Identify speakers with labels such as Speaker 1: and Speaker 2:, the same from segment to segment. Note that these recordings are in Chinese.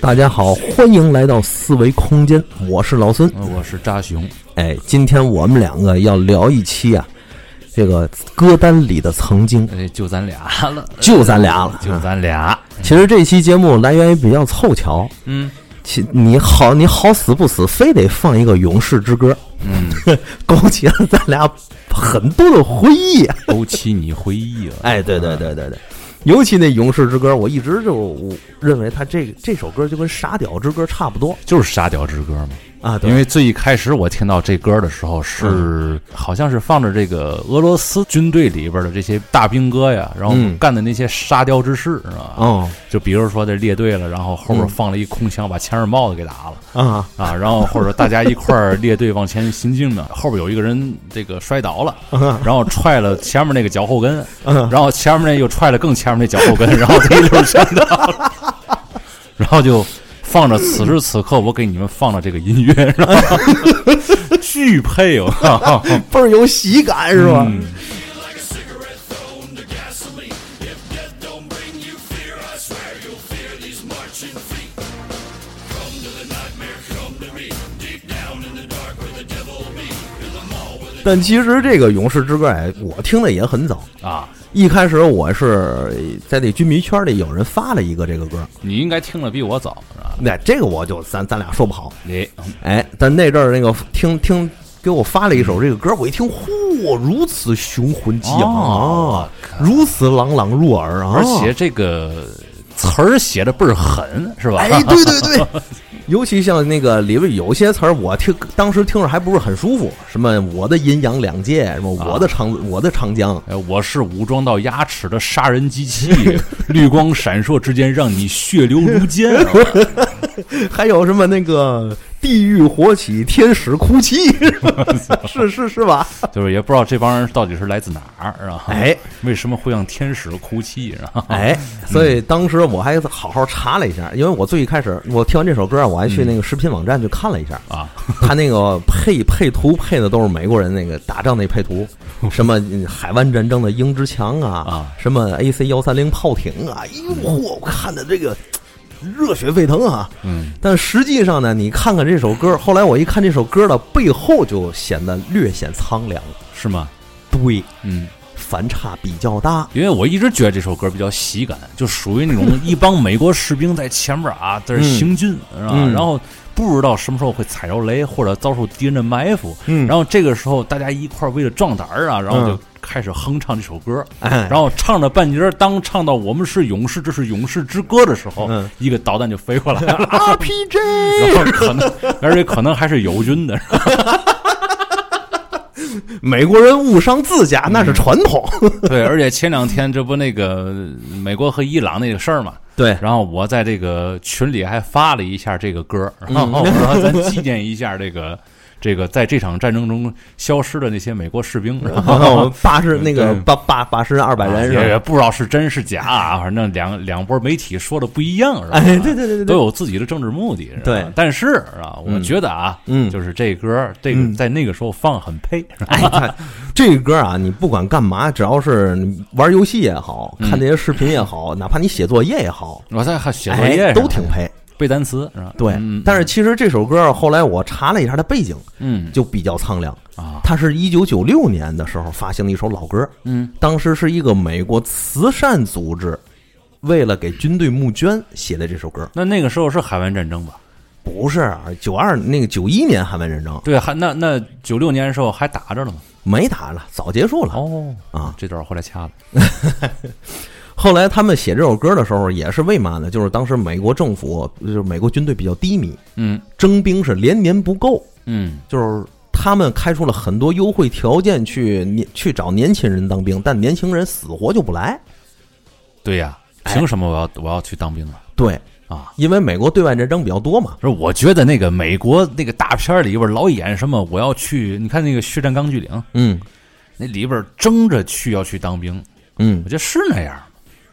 Speaker 1: 大家好，欢迎来到思维空间，我是老孙。
Speaker 2: 呃我是扎熊，
Speaker 1: 哎，今天我们两个要聊一期啊，这个歌单里的曾经，
Speaker 2: 哎，就咱俩了， 呃
Speaker 1: 就咱俩了。
Speaker 2: 就咱俩，
Speaker 1: 其实这期节目来源于比较凑巧，
Speaker 2: 嗯
Speaker 1: 其你好，你好死不死，非得放一个《勇士之歌》，
Speaker 2: 嗯，
Speaker 1: 勾起了咱俩很多的回忆啊。
Speaker 2: 勾起你回忆了，
Speaker 1: 哎，对对对对对，尤其那《勇士之歌》，我一直就我认为他这这首歌就跟《傻屌之歌》差不多
Speaker 2: 就是《沙雕之歌》嘛。
Speaker 1: 啊。对嗯
Speaker 2: 因为最一开始我听到这歌的时候是，好像是放着这个俄罗斯军队里边的这些大兵哥呀，然后
Speaker 1: 嗯
Speaker 2: 干的那些沙雕之事，是吧？
Speaker 1: 哦
Speaker 2: 就比如说这列队了，然后后面
Speaker 1: 嗯
Speaker 2: 放了一空枪，把前面帽子给打了。
Speaker 1: 啊，
Speaker 2: 啊，然后或者大家一块儿列队往前行进嘛，后边有一个人这个摔倒了，
Speaker 1: 嗯
Speaker 2: 然后踹了前面那个脚后跟，然后前面那又踹了更前面那脚后跟，然后他一溜摔倒了，然后就放着此时此刻我给你们放的这个音乐，然后巨配哦，
Speaker 1: 倍儿有喜感是吧？
Speaker 2: 嗯
Speaker 3: like a cigarette thrown to gasoline. If death don't bring you fear, I swear you'll fear these marching feet. Come to the nightmare, come to me. Deep down in the dark where the devil be. In the mall where the
Speaker 1: 但其实这个《勇士之歌》哎，我听的也很早。
Speaker 2: 啊，
Speaker 1: 一开始我是在那军迷圈里有人发了一个这个歌，
Speaker 2: 你应该听的比我早是吧？
Speaker 1: 那这个我就咱咱俩说不好，
Speaker 2: 你
Speaker 1: 哎，但那阵儿那个听听给我发了一首这个歌，我一听，嚯，如此雄浑激昂啊，
Speaker 2: 哦
Speaker 1: 如此朗朗入耳啊！
Speaker 2: 而且，这个词儿写的倍儿狠是吧？
Speaker 1: 哎，对对对， 尤其像那个里边有些词儿，我听当时听着还不是很舒服，什么我的阴阳两界，什么我的长、我的长江，
Speaker 2: 哎，我是武装到牙齿的杀人机器，绿光闪烁之间让你血流如啊溅。
Speaker 1: 还有什么那个地狱火起，天使哭泣，是是是吧？
Speaker 2: 就是也不知道这帮人到底是来自哪儿，是吧？
Speaker 1: 哎，
Speaker 2: 为什么会让天使哭泣，是吧？
Speaker 1: 哎，所以当时我还好好查了一下，因为我最一开始我听完这首歌，我还去那个视频网站去看了一下，
Speaker 2: 啊，
Speaker 1: 他那个配配图配的都是美国人那个打仗那配 图，什么嗯海湾战争的英之强啊，
Speaker 2: 啊
Speaker 1: 什么 AC 幺三零炮艇啊，哎呦嚯，我看的这个热血沸腾啊！
Speaker 2: 嗯，
Speaker 1: 但实际上呢，你看看这首歌，后来我一看这首歌的背后，就显得略显苍凉了，
Speaker 2: 是吗？
Speaker 1: 对，
Speaker 2: 嗯，
Speaker 1: 反差比较 大。
Speaker 2: 因为我一直觉得这首歌比较喜感，就属于 那种一帮美国士兵在前面啊，在这行进，是吧？
Speaker 1: 嗯
Speaker 2: 然后不知道什么时候会踩着雷，或者遭受敌人的埋伏。
Speaker 1: 嗯
Speaker 2: 然后这个时候大家一块儿为了壮胆儿啊，然后
Speaker 1: 嗯
Speaker 2: 就开始哼唱这首歌。
Speaker 1: 哎
Speaker 2: 然后唱着半截儿，当唱到“我们是勇士，这是勇士之歌”的时候，
Speaker 1: 嗯
Speaker 2: 一个导弹就飞过来了，
Speaker 1: RPG，
Speaker 2: 然后可能，而且可能还是友军的，
Speaker 1: 美国人误伤自家那是传统，
Speaker 2: 对，而且前两天这不那个美国和伊朗那个事儿嘛，
Speaker 1: 对
Speaker 2: 然后我在这个群里还发了一下这个歌，然
Speaker 1: 嗯
Speaker 2: 后我说咱纪念一下这个这个在这场战争中消失的那些美国士兵，然
Speaker 1: 然 后
Speaker 2: 后
Speaker 1: 八十那个
Speaker 2: 对啊
Speaker 1: 八八八十人二百人是
Speaker 2: 也也
Speaker 1: 吧？
Speaker 2: 不知道是真是假啊，反正两两波媒体说的不一样，是吧？
Speaker 1: 哎，对对对对
Speaker 2: 都
Speaker 1: 对，
Speaker 2: 有自己的政治目的，是吧
Speaker 1: 对
Speaker 2: 但是啊，我
Speaker 1: 嗯
Speaker 2: 觉得啊，
Speaker 1: 嗯
Speaker 2: 就是这歌，这个
Speaker 1: 嗯
Speaker 2: 在那个时候放很配，是吧
Speaker 1: 哎，看这个歌啊，你不管干嘛，只要是玩游戏也好看这些视频也好，哪怕你写作业也好，
Speaker 2: 我在还写作业
Speaker 1: 哎，
Speaker 2: 是吧
Speaker 1: 都挺配。
Speaker 2: 背单词，是吧？
Speaker 1: 对
Speaker 2: 嗯，
Speaker 1: 但是其实这首歌后来我查了一下它背景，
Speaker 2: 嗯
Speaker 1: 就比较苍凉。
Speaker 2: 啊，
Speaker 1: 它是一九九六年的时候发行的一首老歌，
Speaker 2: 嗯，
Speaker 1: 当时是一个美国慈善组织为了给军队募捐写的这首歌。
Speaker 2: 那那个时候是海湾战争吧？
Speaker 1: 不是啊，九二那个九一年海湾战争
Speaker 2: 对，还那那九六年的时候还打着呢嘛。
Speaker 1: 没打了，早结束了。
Speaker 2: 哦
Speaker 1: 啊，
Speaker 2: 这段后来掐了。
Speaker 1: 后来他们写这首歌的时候，也是为嘛呢？就是当时美国政府，就是美国军队比较低迷，
Speaker 2: 嗯
Speaker 1: 征兵是连年不够，
Speaker 2: 嗯
Speaker 1: 就是他们开出了很多优惠条件去年去找年轻人当兵，但年轻人死活就不来。
Speaker 2: 对呀、
Speaker 1: 哎
Speaker 2: 凭什么我要我要去当兵啊？
Speaker 1: 对，
Speaker 2: 啊，
Speaker 1: 因为美国对外战争比较多嘛。
Speaker 2: 不是，我觉得那个美国那个大片里边老演什么我要去，你看那个《血战钢锯岭》
Speaker 1: 嗯
Speaker 2: 那里边争着去要去当兵，
Speaker 1: 嗯
Speaker 2: 我，觉得是那样。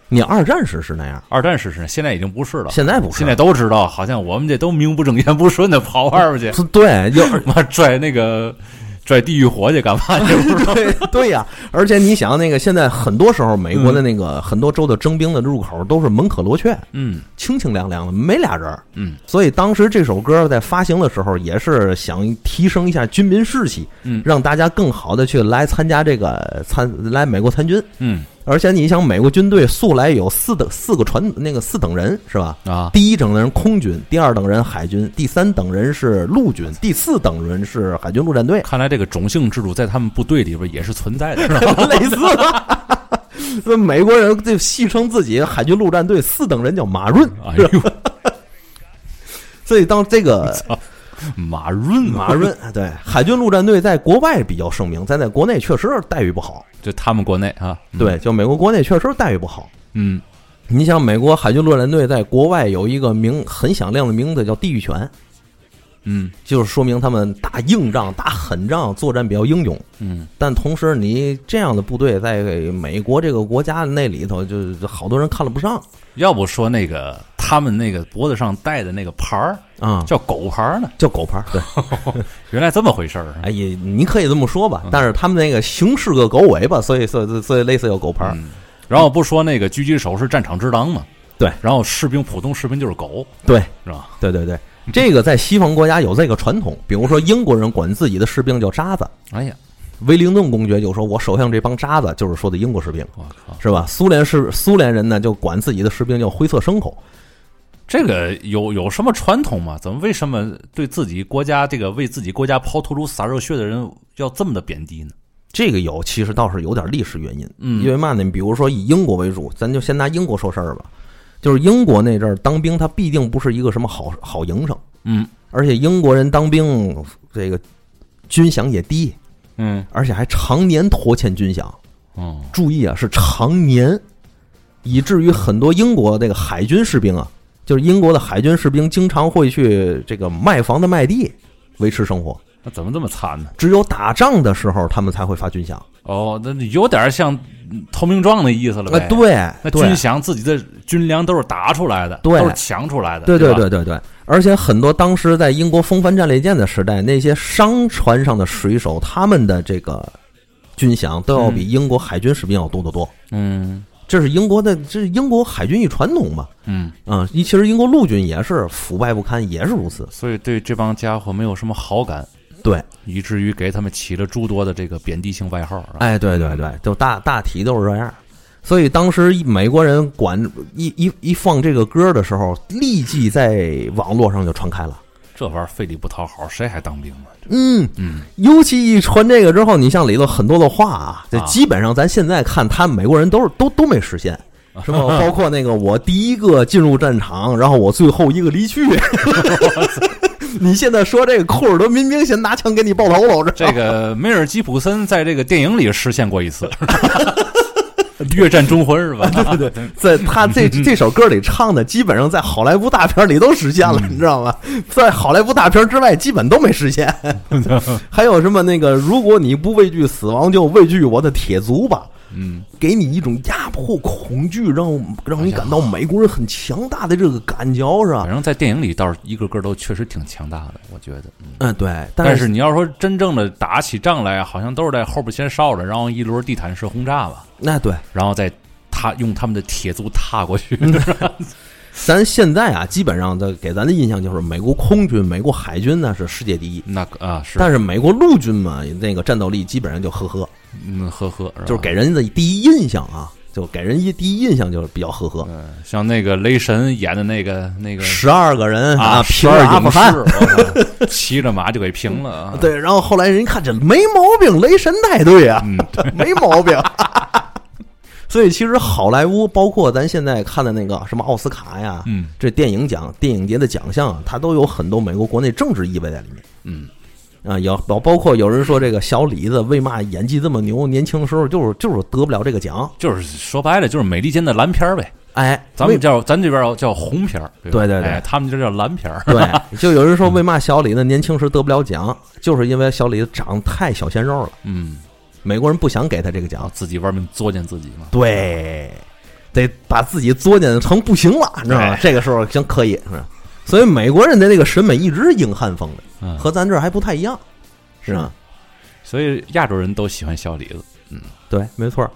Speaker 1: 你二战时是那样，
Speaker 2: 二战时是，现在已经不是了。
Speaker 1: 现在不是
Speaker 2: 现在都知道，好像我们这都名不正言不顺的跑外边去，
Speaker 1: 是对，要
Speaker 2: 妈拽那个拽地狱活去干嘛去？ 不知道
Speaker 1: 对对呀，而且你想，那个现在很多时候，美国的那个很多州的征兵的入口都是门可罗雀，
Speaker 2: 嗯
Speaker 1: 清清凉凉的，没俩人。
Speaker 2: 嗯，
Speaker 1: 所以当时这首歌在发行的时候，也是想提升一下军民士气，
Speaker 2: 嗯
Speaker 1: 让大家更好的去来参加这个参来美国参军。
Speaker 2: 嗯
Speaker 1: 而且你想，美国军队素来有四等四个传那个四等人是吧？
Speaker 2: 啊，
Speaker 1: 第一等人空军，第二等人海军，第三等人是陆军，第四等人是海军陆战队。
Speaker 2: 看来这个种姓制度在他们部队里边也是存在的， 是吧？
Speaker 1: 类似吧。 这美国人就戏称自己海军陆战队四等人叫马润，
Speaker 2: 哎呦，
Speaker 1: 所以当这个
Speaker 2: 马润啊
Speaker 1: 马，润 对海军陆战队在国外比较盛名，咱在国内确实待遇不好。
Speaker 2: 就他们国内啊，嗯，
Speaker 1: 对，就美国国内确实待遇不好。
Speaker 2: 嗯
Speaker 1: 你想，美国海军陆战队在国外有一个名很响亮的名字叫地狱犬，
Speaker 2: 嗯
Speaker 1: 就是说明他们打硬仗、打狠仗，作战比较英勇。
Speaker 2: 嗯，
Speaker 1: 但同时，你这样的部队在美国这个国家那里头，就是好多人看了不上
Speaker 2: 要不说那个他们那个脖子上戴的那个牌儿
Speaker 1: 啊，
Speaker 2: 叫狗牌儿呢，
Speaker 1: 叫狗牌儿，对。
Speaker 2: 原来这么回事儿啊，
Speaker 1: 哎，也你可以这么说吧，
Speaker 2: 嗯
Speaker 1: 但是他们那个形是个狗尾巴，所以所以所以类似有狗牌儿。
Speaker 2: 嗯然后不说那个狙击手是战场之狼嘛，
Speaker 1: 对，
Speaker 2: 然后士兵普通士兵就是狗，
Speaker 1: 对
Speaker 2: 是吧？
Speaker 1: 对对对，这个在西方国家有这个传统，比如说英国人管自己的士兵叫渣子，
Speaker 2: 哎呀，
Speaker 1: 威灵顿公爵就说我手下这帮渣子就是说的英国士兵，
Speaker 2: 我靠，
Speaker 1: 是吧？苏联是苏联人呢就管自己的士兵叫灰色牲口，
Speaker 2: 这个有有什么传统吗？怎么为什么对自己国家这个为自己国家抛头颅洒热血的人要这么的贬低呢？
Speaker 1: 这个有，其实倒是有点历史原因。
Speaker 2: 嗯
Speaker 1: 因为嘛呢？你比如说以英国为主，咱就先拿英国说事儿吧。就是英国那阵儿当兵，他必定不是一个什么好好营生，
Speaker 2: 嗯
Speaker 1: 而且英国人当兵这个军饷也低，
Speaker 2: 嗯
Speaker 1: 而且还常年拖欠军饷。
Speaker 2: 哦
Speaker 1: 注意啊，是常年，以至于很多英国这个海军士兵啊，就是英国的海军士兵经常会去这个卖房子卖地维持生活，
Speaker 2: 那怎么这么惨呢？
Speaker 1: 只有打仗的时候他们才会发军饷。
Speaker 2: 哦，那有点像嗯投名状的意思了呗。
Speaker 1: 哎，，对，
Speaker 2: 那
Speaker 1: 对
Speaker 2: 军饷自己的军粮都是打出来的，
Speaker 1: 对
Speaker 2: 都是抢出来的，
Speaker 1: 对
Speaker 2: 对吧
Speaker 1: 对对对，而且很多当时在英国风帆战列舰的时代，那些商船上的水手，他们的这个军饷都要比英国海军士兵要多得多。
Speaker 2: 嗯
Speaker 1: 这是英国的，这是英国海军一传统嘛？
Speaker 2: 嗯，
Speaker 1: 啊、一其实英国陆军也是腐败不堪，也是如此。
Speaker 2: 所以对这帮家伙没有什么好感，
Speaker 1: 对，
Speaker 2: 以至于给他们起了诸多的这个贬低性外号。啊是吧，
Speaker 1: 哎，对对对，就大大体都是这样。所以当时美国人管一一一放这个歌的时候，立即在网络上就传开了。
Speaker 2: 这玩意儿费力不讨好，谁还当兵啊？
Speaker 1: 嗯，
Speaker 2: 嗯，
Speaker 1: 尤其一传这个之后，你像里头很多的话啊，这
Speaker 2: 啊
Speaker 1: 基本上咱现在看，他们美国人都是都都没实 现，是吧？包括那个我第一个进入战场，然后我最后一个离去。 你现在说这个库尔德民兵先拿枪给你爆头了，
Speaker 2: 这个梅尔吉普森在这个电影里实现过 一次， 越战忠魂是吧？对对对，
Speaker 1: 在他这这首歌里唱的，基本上在好莱坞大片里都实现
Speaker 2: 嗯
Speaker 1: 了，你知道吗？在好莱坞大片之外，基本都没实 现。还有什么那个，如果你不畏惧死亡，就畏惧我的铁足吧。
Speaker 2: 嗯，
Speaker 1: 给你一种压迫恐惧，让让你感到美国人很强大的这个感觉，是吧
Speaker 2: 反？正在电影里倒是一个个都确实挺强大的，我觉得。嗯
Speaker 1: 嗯，对。
Speaker 2: 但
Speaker 1: 是
Speaker 2: 你要说真正的打起仗来，好像都是在后边先烧了，然后一轮地毯式轰炸吧，
Speaker 1: 那哎对，
Speaker 2: 然后再踏用他们的铁足踏过去。
Speaker 1: 嗯咱现在啊，基本上的给咱的印象就是，美国空军、美国海军呢是世界第一，
Speaker 2: 那个啊是，
Speaker 1: 但是美国陆军嘛，那个战斗力基本上就呵呵，
Speaker 2: 嗯呵呵，吧
Speaker 1: 就是给人的第一印象啊，就给人一第一印象就是比较呵呵。
Speaker 2: 嗯像那个雷神演的那个那个
Speaker 1: 十二个人
Speaker 2: 啊
Speaker 1: 平
Speaker 2: 十
Speaker 1: 着
Speaker 2: 二
Speaker 1: 阿富
Speaker 2: 勇士
Speaker 1: 汗，
Speaker 2: 我靠，骑着马就给平了啊。
Speaker 1: 对，然后后来人一看这没毛病，雷神带队啊，
Speaker 2: 嗯，
Speaker 1: 没毛病。 所以其实好莱坞，包括咱现在看的那个什么奥斯卡呀，
Speaker 2: 嗯
Speaker 1: 这电影奖、电影节的奖项啊，它都有很多美国国内政治意味在里面。
Speaker 2: 嗯
Speaker 1: 啊，有包包括有人说这个小李子为嘛演技这么牛，年轻的时候就是就是得不了这个奖，
Speaker 2: 就是说白了，就是美利坚的蓝片儿呗。
Speaker 1: 哎，
Speaker 2: 咱们叫咱这边儿叫红片儿，吧
Speaker 1: 对对对
Speaker 2: 哎他们这叫蓝 片儿。
Speaker 1: 对，就有人说为嘛小李子年轻时得不了奖，就是因为小李子长得太小鲜肉了，
Speaker 2: 嗯，
Speaker 1: 美国人不想给他这个
Speaker 2: 然后
Speaker 1: 奖，
Speaker 2: 自己玩命作践自己嘛。
Speaker 1: 对，得把自己作践成不行了，你知道吗
Speaker 2: 哎？
Speaker 1: 这个时候行可以是吧，所以美国人的那个审美一直是硬汉风的，
Speaker 2: 嗯，
Speaker 1: 和咱这儿还不太一样，是吧？
Speaker 2: 所以亚洲人都喜欢小李子。
Speaker 1: 对，没错儿。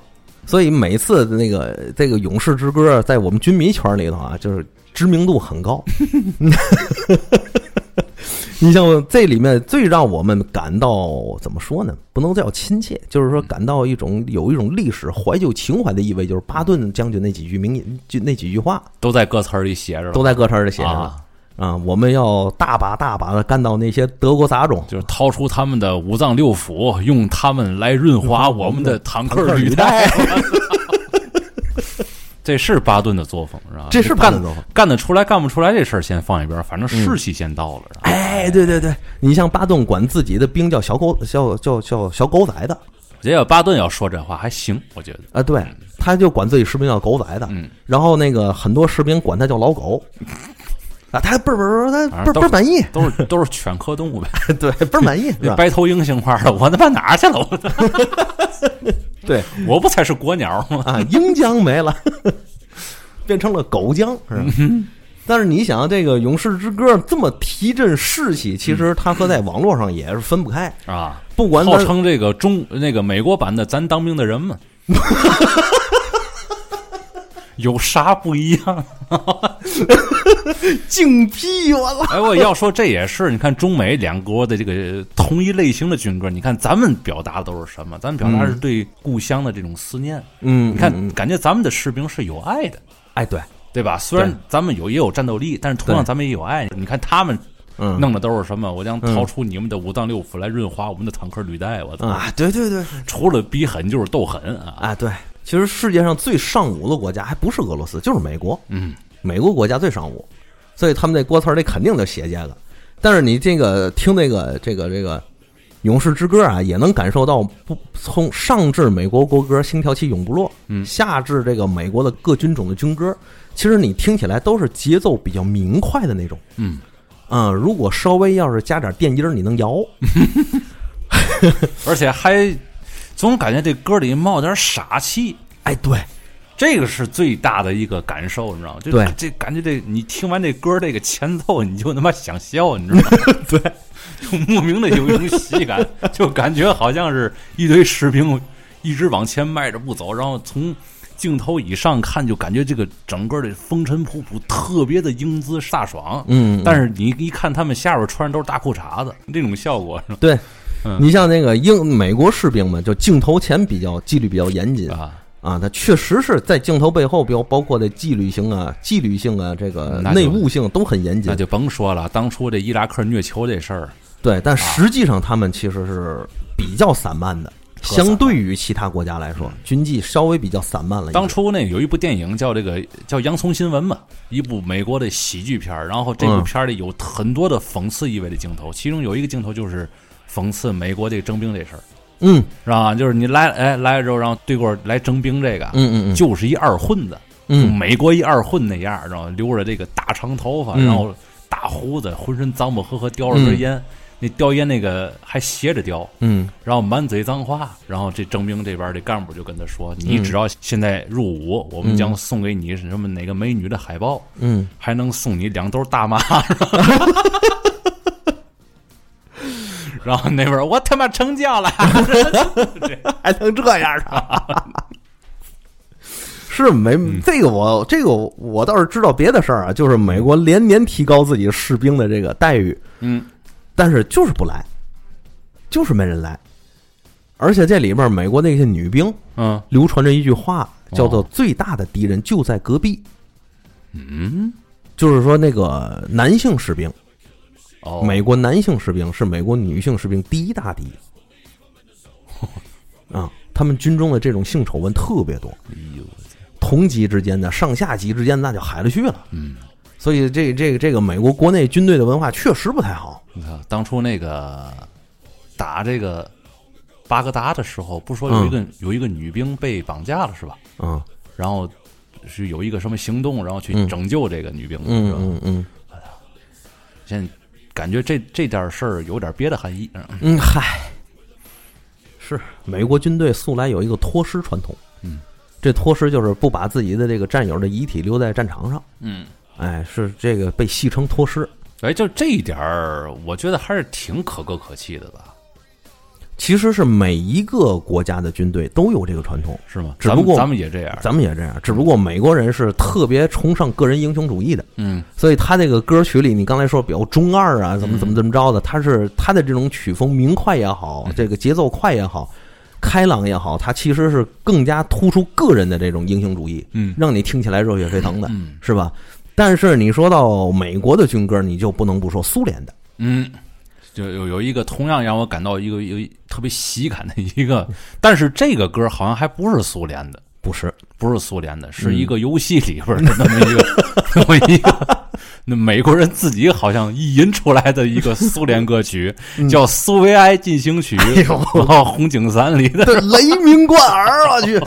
Speaker 1: 所以每次那个这个《勇士之歌》在我们军迷圈里头啊，就是知名度很 高。你像这里面最让我们感到怎么说呢？不能叫亲切，就是
Speaker 2: 嗯
Speaker 1: 说感到一种有一种历史怀旧情怀的意味，就是巴顿将军那几句名言，就那几句话
Speaker 2: 都在歌词儿里写着了，
Speaker 1: 都在歌词儿里写着呢
Speaker 2: 啊，
Speaker 1: 啊。我们要大把大把的干到那些德国杂种，
Speaker 2: 就是掏出他们的五脏六腑，用他们来润滑我们的坦克履带。 这是巴顿的作风，是吧？
Speaker 1: 这是巴
Speaker 2: 干
Speaker 1: 顿的作风嗯
Speaker 2: 干得出来，干不出来这事儿先放一边儿，反正士气先到了。是吧
Speaker 1: 哎，对对对，你像巴顿管自己的兵叫小狗，叫叫叫小狗仔的
Speaker 2: 我觉得巴顿要说这话还行，我觉得
Speaker 1: 啊，对，他就管自己士兵叫狗仔的，
Speaker 2: 嗯
Speaker 1: 然后那个很多士兵管他叫老 狗，啊，他倍儿倍儿倍
Speaker 2: 反
Speaker 1: 儿
Speaker 2: 正
Speaker 1: 倍儿
Speaker 2: 都
Speaker 1: 倍儿满意，
Speaker 2: 都是都是犬科动物呗。
Speaker 1: 对，倍儿满意 是
Speaker 2: 那
Speaker 1: 吧？
Speaker 2: 白头鹰型花的，我他妈哪儿去了？ 我
Speaker 1: 对
Speaker 2: 我不才是国鸟吗？
Speaker 1: 啊，英江没了，变成了狗江是
Speaker 2: 嗯
Speaker 1: 吧？但是你想，这个《勇士之歌》这么提振士气，其
Speaker 2: 嗯
Speaker 1: 实它和在网络上也是分不开。
Speaker 2: 啊，
Speaker 1: 不管它
Speaker 2: 号称这个中那个美国版的咱当兵的 人们，有啥不一样？
Speaker 1: 净批我了，
Speaker 2: 哎，我要说这也是，你看中美两国的这个同一类型的军歌，你看咱们表达的都是什么？咱们表达是对故乡的这种思念。
Speaker 1: 嗯，嗯
Speaker 2: 你看，
Speaker 1: 嗯
Speaker 2: 感觉咱们的士兵是有爱的，
Speaker 1: 哎，对，
Speaker 2: 对吧？虽然
Speaker 1: 对
Speaker 2: 咱们有也有战斗力，但是同样
Speaker 1: 对
Speaker 2: 咱们也有爱。你看他们
Speaker 1: 嗯，
Speaker 2: 弄的都是什么？我将掏出你们的五脏六腑来润滑我们的坦克履带。我操！
Speaker 1: 啊，对对对，
Speaker 2: 除了逼狠就是斗狠啊！
Speaker 1: 啊，对，其实世界上最尚武的国家还不是俄罗斯，就是美国。
Speaker 2: 嗯，
Speaker 1: 美国国家最尚武，所以他们那歌词儿里肯定就写这个。但是你这个听那个这个这个《勇士之歌》啊，也能感受到不从上至美国国歌《星条旗永不落》，
Speaker 2: 嗯
Speaker 1: 下至这个美国的各军种的军歌，其实你听起来都是节奏比较明快的那种。
Speaker 2: 嗯
Speaker 1: 啊、如果稍微要是加点电音儿，你能摇。
Speaker 2: 而且还总感觉这歌里冒点傻气，
Speaker 1: 哎，对，
Speaker 2: 这个是最大的一个感受，你知道吗？就
Speaker 1: 对
Speaker 2: 这感觉这你听完这歌这个前奏，你就他妈想笑，你知道吗？ 对，就莫名的有一种喜感，就感觉好像是一堆士兵一直往前迈着步走，然后从镜头以上看，就感觉这个整个的风尘仆仆，特别的英姿飒爽。
Speaker 1: 嗯嗯
Speaker 2: 但是你一看他们下边穿的都是大裤衩子，这种效果是吧
Speaker 1: 对，
Speaker 2: 嗯
Speaker 1: 你像那个英美国士兵们，就镜头前比较纪律比较严谨
Speaker 2: 啊，
Speaker 1: 啊，他确实是在镜头背后，比如包括这纪律性啊、纪律性啊、这个
Speaker 2: 那就
Speaker 1: 内务性都很严谨
Speaker 2: 那。就甭说了。当初这伊拉克虐囚这事儿，
Speaker 1: 对，但
Speaker 2: 啊
Speaker 1: 实际上他们其实是比较散漫的，
Speaker 2: 特散漫
Speaker 1: 相对于其他国家来说，军纪稍微比较散漫了一点。
Speaker 2: 当初那有一部电影叫这个叫《洋葱新闻》嘛，一部美国的喜剧片儿。然后这部
Speaker 1: 嗯
Speaker 2: 片儿里有很多的讽刺意味的镜头，其中有一个镜头就是讽刺美国这个征兵这事儿，
Speaker 1: 嗯
Speaker 2: 是吧？就是你来哎来了之后，然后对过来征兵这个，
Speaker 1: 嗯嗯嗯
Speaker 2: 就是一二混子，
Speaker 1: 嗯
Speaker 2: 美国一二混那样儿，然后留着这个大长头发，
Speaker 1: 嗯
Speaker 2: 然后大胡子，浑身脏不呵呵，叼着根
Speaker 1: 嗯
Speaker 2: 烟，那叼烟那个还斜着叼，
Speaker 1: 嗯
Speaker 2: 然后满嘴脏话，然后这征兵这边这干部就跟他说：“你只
Speaker 1: 嗯
Speaker 2: 要现在入伍，我们将送给你什么哪个美女的海报，
Speaker 1: 嗯，
Speaker 2: 还能送你两兜大麻。” 然后那边我他妈成交了，
Speaker 1: 还能这样啊？ 是没这个我这个我我倒是知道别的事儿啊，就是美国连年提高自己士兵的这个待遇，
Speaker 2: 嗯，
Speaker 1: 但是就是不来，就是没人来。而且这里边儿美国那些女兵
Speaker 2: 嗯
Speaker 1: 流传着一句话，叫做
Speaker 2: 哦
Speaker 1: “最大的敌人就在隔壁
Speaker 2: 嗯，”，
Speaker 1: 就是说那个男性士兵，
Speaker 2: 哦，
Speaker 1: 美国男性士兵是美国女性士兵第一大敌。啊，他们军中的这种性丑闻特别多，
Speaker 2: 哎呦，
Speaker 1: 同级之间的、上下级之间的那就海了去了。
Speaker 2: 嗯，
Speaker 1: 所以这这个这个美国国内军队的文化确实不太好。
Speaker 2: 你看当初那个打这个巴格达的时候，不说有一个、有一个女兵被绑架了是吧？
Speaker 1: 嗯
Speaker 2: 然后是有一个什么行动，然后去
Speaker 1: 嗯
Speaker 2: 拯救这个女兵，是
Speaker 1: 嗯
Speaker 2: 吧？
Speaker 1: 嗯嗯
Speaker 2: 现在感觉这这点事儿有点别的含义。嗯
Speaker 1: 嗯，嗨，是美国军队素来有一个脱尸传统。
Speaker 2: 嗯，
Speaker 1: 这脱尸就是不把自己的这个战友的遗体留在战场上。
Speaker 2: 嗯，
Speaker 1: 哎，是这个被戏称脱尸。
Speaker 2: 哎，就这一点儿，我觉得还是挺可歌可泣的吧。
Speaker 1: 其实是每一个国家的军队都有这个传统，
Speaker 2: 是吗？
Speaker 1: 只
Speaker 2: 咱
Speaker 1: 不
Speaker 2: 们
Speaker 1: 过
Speaker 2: 咱们也这样，
Speaker 1: 咱们也这样，只不过美国人是特别崇尚个人英雄主义的，
Speaker 2: 嗯
Speaker 1: 所以他这个歌曲里，你刚才说比较中二啊，怎么怎么怎么着的，他是他的这种曲风明快也好，这个节奏快也好，开朗也好，他其实是更加突出个人的这种英雄主义，
Speaker 2: 嗯
Speaker 1: 让你听起来热血沸腾的，
Speaker 2: 嗯
Speaker 1: 是吧？但是你说到美国的军歌，你就不能不说苏联的，
Speaker 2: 嗯，就有有一个同样让我感到一个一个特别喜感的一个，但是这个歌好像还不是苏联的，
Speaker 1: 不是？
Speaker 2: 不是苏联
Speaker 1: 嗯
Speaker 2: 的，是一个游戏里边儿的那么一个 那么一个。那美国人自己好像意淫出来的一个苏联歌曲，
Speaker 1: 嗯
Speaker 2: 叫《苏维埃进行曲》，
Speaker 1: 哎
Speaker 2: 然后《红警三》里的，
Speaker 1: 这 雷鸣贯耳，我去！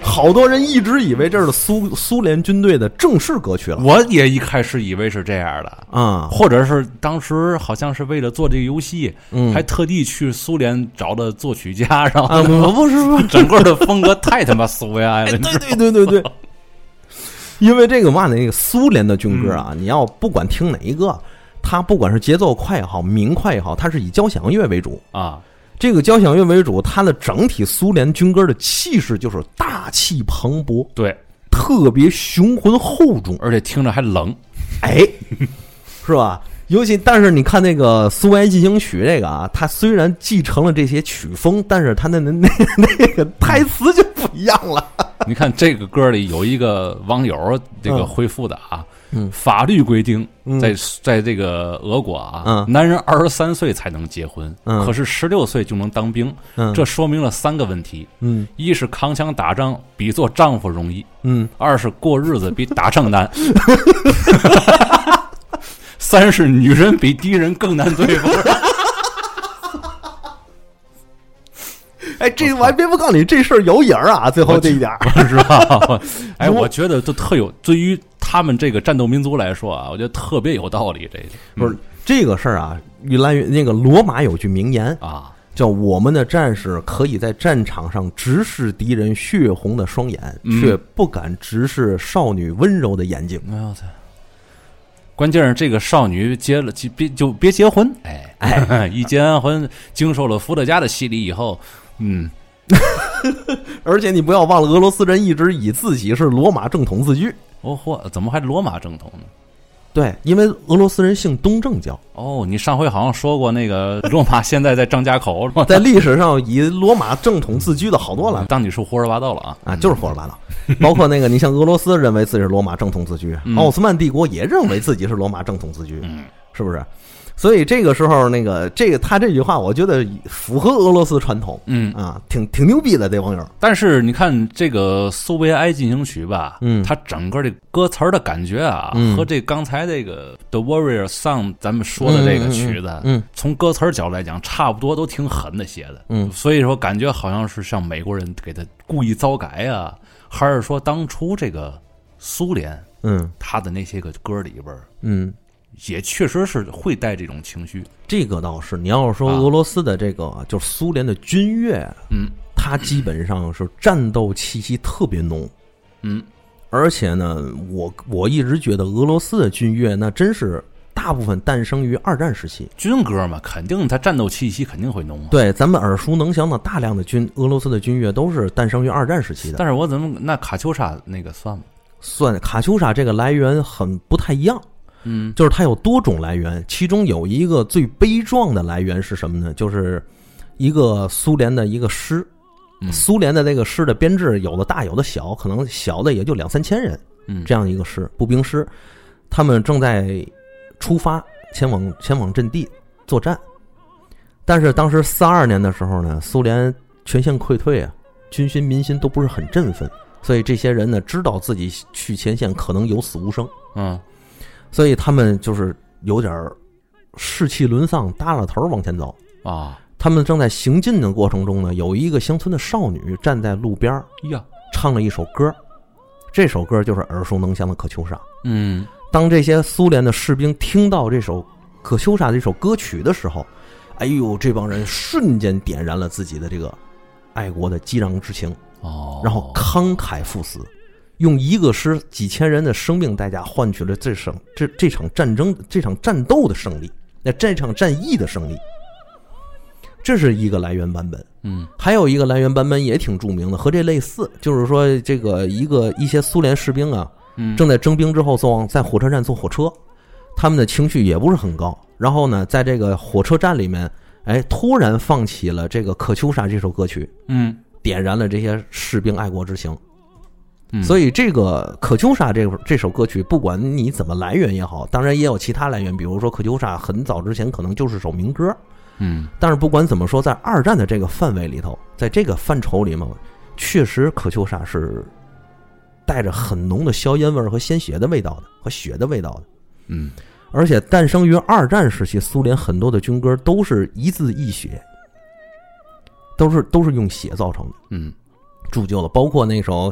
Speaker 1: 好多人一直以为这是苏苏联军队的正式歌曲了
Speaker 2: 我也一开始以为是这样的，
Speaker 1: 啊、
Speaker 2: 或者是当时好像是为了做这个游戏，
Speaker 1: 嗯
Speaker 2: 还特地去苏联找的作曲家，然后
Speaker 1: 啊！不不是不是，
Speaker 2: 整个的风格太他妈苏维埃了，你知道
Speaker 1: 对对对对对，因为这个嘛，那个苏联的军歌啊，你要不管听哪一个，它不管是节奏快也好，明快也好，它是以交响乐为主。
Speaker 2: 啊，
Speaker 1: 这个交响乐为主，它的整体苏联军歌的气势就是大气磅礴，
Speaker 2: 对，
Speaker 1: 特别雄浑厚重，
Speaker 2: 而且听着还冷，
Speaker 1: 哎，是吧？尤其，但是你看那个《苏维埃进行曲》这个啊，它虽然继承了这些曲风，但是它那那 那那个台词就不一样了。
Speaker 2: 你看这个歌里有一个网友这个
Speaker 1: 嗯
Speaker 2: 回复的啊，
Speaker 1: 嗯
Speaker 2: 法律规定
Speaker 1: 嗯
Speaker 2: 在在这个俄国啊，
Speaker 1: 嗯
Speaker 2: 男人二十三岁才能结婚，
Speaker 1: 嗯
Speaker 2: 可是十六岁就能当兵，
Speaker 1: 嗯
Speaker 2: 这说明了三个问题：
Speaker 1: 嗯
Speaker 2: 一是扛枪打仗比做丈夫容易，
Speaker 1: 嗯，
Speaker 2: 二是过日子比打 仗难。三是女人比敌人更难对付，
Speaker 1: 哎，这我还别不告诉你，这事儿有影儿啊！最后这一点儿，
Speaker 2: 是吧？哎，我觉得都特有，对于他们这个战斗民族来说啊，我觉得特别有道理。这个
Speaker 1: 不是这个事儿啊，越来越那个罗马有句名言
Speaker 2: 啊，
Speaker 1: 叫“我们的战士可以在战场上直视敌人血红的双眼，
Speaker 2: 嗯
Speaker 1: 却不敢直视少女温柔的眼睛
Speaker 2: 哎呦我操！关键是这个少女结了结别就别结婚，哎 哎，一结完婚，经受了伏特加的洗礼以后，嗯，”。
Speaker 1: 而且你不要忘了，俄罗斯人一直以自己是罗马正统自居。
Speaker 2: 哦嚯，怎么还罗马正统呢？
Speaker 1: 对，因为俄罗斯人信东正教，
Speaker 2: 哦，你上回好像说过那个罗马现在在张家口，是吧
Speaker 1: 在历史上以罗马正统自居的好多了
Speaker 2: 当你是胡说八道了啊！
Speaker 1: 啊，就是胡说八道。包括那个，你像俄罗斯认为自己是罗马正统自居，奥斯曼帝国也认为自己是罗马正统自居，是不是？所以这个时候，那个这个他这句话，我觉得符合俄罗斯传统，
Speaker 2: 嗯
Speaker 1: 啊，挺挺牛逼的这网友，
Speaker 2: 但是你看这个《苏维埃进行曲》吧，
Speaker 1: 嗯
Speaker 2: 它整个这歌词儿的感觉啊，
Speaker 1: 嗯
Speaker 2: 和这刚才这个《The Warrior Song》咱们说的这个曲子，
Speaker 1: 嗯嗯嗯嗯
Speaker 2: 从歌词儿角度来讲，差不多都挺狠的写的，
Speaker 1: 嗯
Speaker 2: 所以说感觉好像是像美国人给他故意糟改啊，还是说当初这个苏联
Speaker 1: 嗯
Speaker 2: 他的那些个歌里边儿
Speaker 1: 嗯，
Speaker 2: 也确实是会带这种情绪，
Speaker 1: 这个倒是，你要是说
Speaker 2: 啊
Speaker 1: 俄罗斯的这个就是苏联的军乐，
Speaker 2: 嗯
Speaker 1: 它基本上是战斗气息特别浓，
Speaker 2: 嗯
Speaker 1: 而且呢，我我一直觉得俄罗斯的军乐那真是大部分诞生于二战时期。
Speaker 2: 军歌嘛，肯定他战斗气息肯定会浓啊。
Speaker 1: 对，咱们耳熟能详的大量的军俄罗斯的军乐都是诞生于二战时期的。
Speaker 2: 但是我怎么那卡秋莎那个算吗？
Speaker 1: 算卡秋莎这个来源很不太一样，
Speaker 2: 嗯
Speaker 1: 就是它有多种来源，其中有一个最悲壮的来源是什么呢？就是一个苏联的一个师，
Speaker 2: 嗯
Speaker 1: 苏联的那个师的编制有的大有的小，可能小的也就两三千人，
Speaker 2: 嗯，
Speaker 1: 这样一个师步兵师，他们正在出发前往前往阵地作战。但是当时四二年的时候呢，苏联全线溃退啊，军心民心都不是很振奋，所以这些人呢知道自己去前线可能有死无生，
Speaker 2: 嗯
Speaker 1: 所以他们就是有点儿士气沦丧，耷拉头儿往前走。
Speaker 2: 啊，
Speaker 1: 他们正在行进的过程中呢，有一个乡村的少女站在路边儿
Speaker 2: 呀，
Speaker 1: 唱了一首歌，这首歌就是耳熟能详的《可秋莎》。
Speaker 2: 嗯，
Speaker 1: 当这些苏联的士兵听到这首《可秋莎》这首歌曲的时候，哎呦，这帮人瞬间点燃了自己的这个爱国的激昂之情，
Speaker 2: 哦，
Speaker 1: 然后慷慨赴死，用一个师几千人的生命代价换取了这场这这场战争这场战斗的胜利，那这场战役的胜利。这是一个来源版本，
Speaker 2: 嗯，
Speaker 1: 还有一个来源版本也挺著名的，和这类似，就是说这个一个一些苏联士兵啊，
Speaker 2: 嗯
Speaker 1: 正在征兵之后坐在火车站坐火车，他们的情绪也不是很高。然后呢，在这个火车站里面，哎，突然放起了这个《可秋莎》这首歌曲，
Speaker 2: 嗯
Speaker 1: 点燃了这些士兵爱国之情。
Speaker 2: 嗯
Speaker 1: 所以这个《可秋莎》这这首歌曲，不管你怎么来源也好，当然也有其他来源，比如说《可秋莎》很早之前可能就是首民歌，
Speaker 2: 嗯
Speaker 1: 但是不管怎么说，在二战的这个范围里头，在这个范畴里面，确实可秋莎是带着很浓的硝烟味儿和鲜血的味道的，和血的味道的。
Speaker 2: 嗯
Speaker 1: 而且诞生于二战时期，苏联很多的军歌都是一字一血，都是都是用血造成的。
Speaker 2: 嗯
Speaker 1: 铸就了，包括那首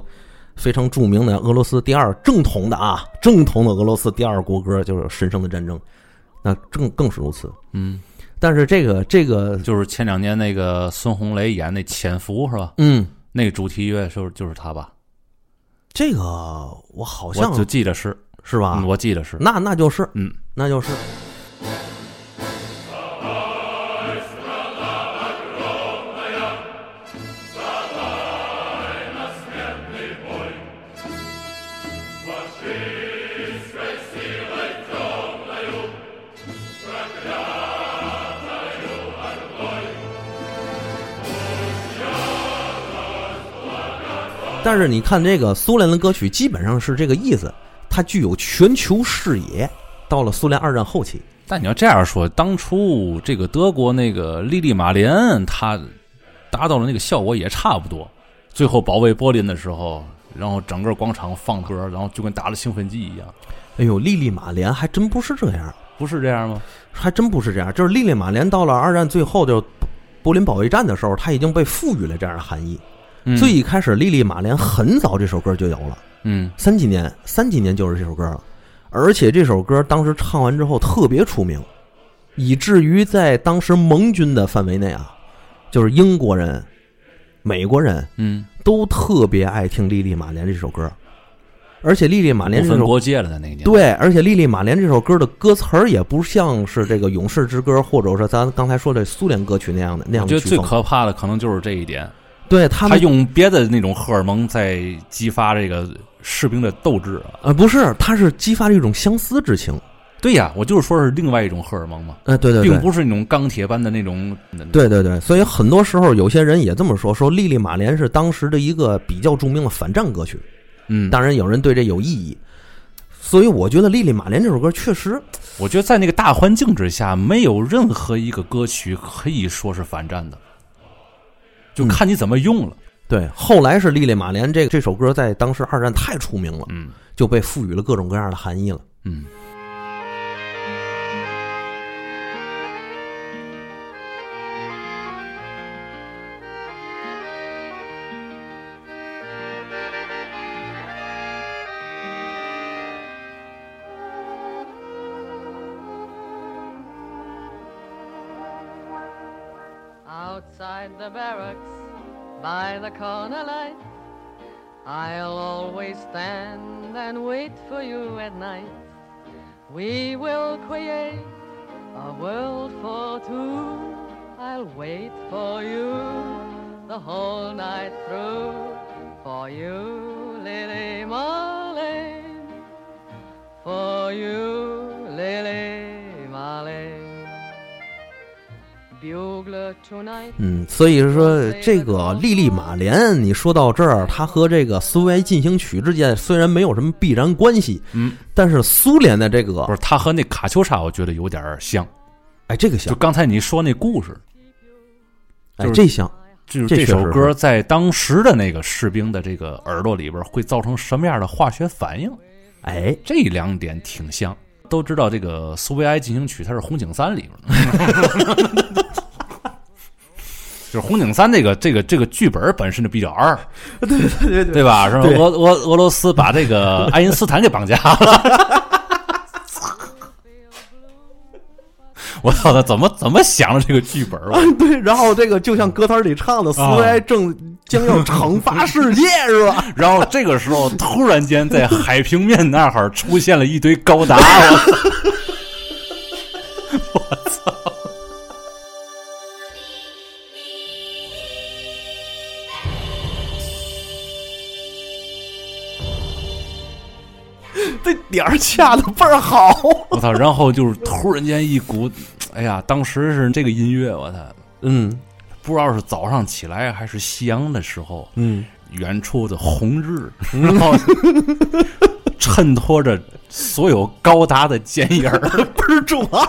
Speaker 1: 非常著名的俄罗斯第二正统的啊，正统的俄罗斯第二国歌就是《神圣的战争》，那更更是如此。
Speaker 2: 嗯，
Speaker 1: 但是这个这个，
Speaker 2: 就是前两年那个孙红雷演那《潜伏》是吧？
Speaker 1: 嗯，
Speaker 2: 那个主题乐就是就是他吧？
Speaker 1: 这个我好
Speaker 2: 我
Speaker 1: 像
Speaker 2: 就记得是，
Speaker 1: 是吧
Speaker 2: 嗯？我记得是，
Speaker 1: 那那就是，
Speaker 2: 嗯，
Speaker 1: 那就是。但是你看，这个苏联的歌曲基本上是这个意思，它具有全球视野。到了苏联二战后期，
Speaker 2: 但你要这样说，当初这个德国那个莉莉马林，他达到了那个效果也差不多。最后保卫柏林的时候，然后整个广场放歌，然后就跟打了兴奋剂一样，
Speaker 1: 哎呦，莉莉马莲还真不是这样，
Speaker 2: 不是这样吗？
Speaker 1: 还真不是这样。就是莉莉马莲到了二战最后，就柏林保卫战的时候，它已经被赋予了这样的含义。
Speaker 2: 嗯
Speaker 1: 最一开始，莉莉马莲很早这首歌就有了，
Speaker 2: 嗯
Speaker 1: 三几年，三几年就是这首歌了。而且这首歌当时唱完之后特别出名，以至于在当时盟军的范围内啊，就是英国人、美国人
Speaker 2: 嗯，
Speaker 1: 都特别爱听《莉莉马莲》这首歌，而且《莉莉马莲》
Speaker 2: 不
Speaker 1: 这
Speaker 2: 分
Speaker 1: 首
Speaker 2: 国界了，在那个年代。
Speaker 1: 对，而且《莉莉马莲》这首歌的歌词儿也不像是这个《勇士之歌》或者是咱刚才说的苏联歌曲那样的那样
Speaker 2: 我觉
Speaker 1: 的
Speaker 2: 得
Speaker 1: 曲
Speaker 2: 最
Speaker 1: 风。
Speaker 2: 可怕的可能就是这一点，
Speaker 1: 对他
Speaker 2: 他
Speaker 1: 们
Speaker 2: 用别的那种荷尔蒙在激发这个士兵的斗志啊。
Speaker 1: 呃不是，他是激发了一种相思之情。
Speaker 2: 对呀，我就是说是另外一种荷尔蒙嘛，
Speaker 1: 呃，对对对，
Speaker 2: 并不是那种钢铁般的那种。嗯
Speaker 1: 对对对，所以很多时候有些人也这么说，说《莉莉马莲》是当时的一个比较著名的反战歌曲。
Speaker 2: 嗯，
Speaker 1: 当然，有人对这有异议，所以我觉得《莉莉马莲》这首歌确实，
Speaker 2: 我觉得在那个大环境之下，没有任何一个歌曲可以说是反战的，
Speaker 1: 嗯
Speaker 2: 就看你怎么用了。
Speaker 1: 对，后来是《莉莉马莲》这这首歌在当时二战太出名了，
Speaker 2: 嗯
Speaker 1: 就被赋予了各种各样的含义了。
Speaker 2: 嗯
Speaker 4: Outside the barracks, by the corner light, I'll always stand and wait for you at night. We will create a world for two. I'll wait for you the whole night through. For you, Lily Marlene. For you, Lily Marlene. Bugler tonight.
Speaker 1: 嗯，所以说这个《莉莉马莲》，你说到这儿，它和这个苏维埃进行曲之间虽然没有什么必然关系，
Speaker 2: 嗯，
Speaker 1: 但是苏联的这个
Speaker 2: 不，是，他和那卡秋莎，我觉得有点像。
Speaker 1: 哎，这个
Speaker 2: 就
Speaker 1: 像，
Speaker 2: 刚才你说那故事，
Speaker 1: 哎，这像，
Speaker 2: 就是
Speaker 1: 这确实
Speaker 2: 这首歌
Speaker 1: 是
Speaker 2: 在当时的那个士兵的这个耳朵里边会造成什么样的化学反应？
Speaker 1: 哎，
Speaker 2: 这两点挺像。都 知道这个苏维埃进行曲，它是红警三里边的。就是《红警三》这个这个这个剧本本身就比较二，
Speaker 1: 对对对
Speaker 2: 对吧？是吧？
Speaker 1: 对
Speaker 2: 俄俄俄罗斯把这 个爱因斯坦给绑架了。 我操，他怎么怎么想的这个剧本？我
Speaker 1: 啊 对，然后这个就像歌词里唱的，思
Speaker 2: 啊
Speaker 1: 维正将要惩罚世 界，是吧？
Speaker 2: 然后这个时候突然间在海平面那儿出现了一堆高达，我操！
Speaker 1: 这点儿掐的倍儿好，
Speaker 2: 我操！然后就是突然间一股，哎呀，当时是这个音乐，我操！
Speaker 1: 嗯
Speaker 2: 不知道是早上起来还是夕阳的时候，
Speaker 1: 嗯，
Speaker 2: 远处的红日，然后衬托着所有高达的剪 影儿。
Speaker 1: 倍儿重 啊！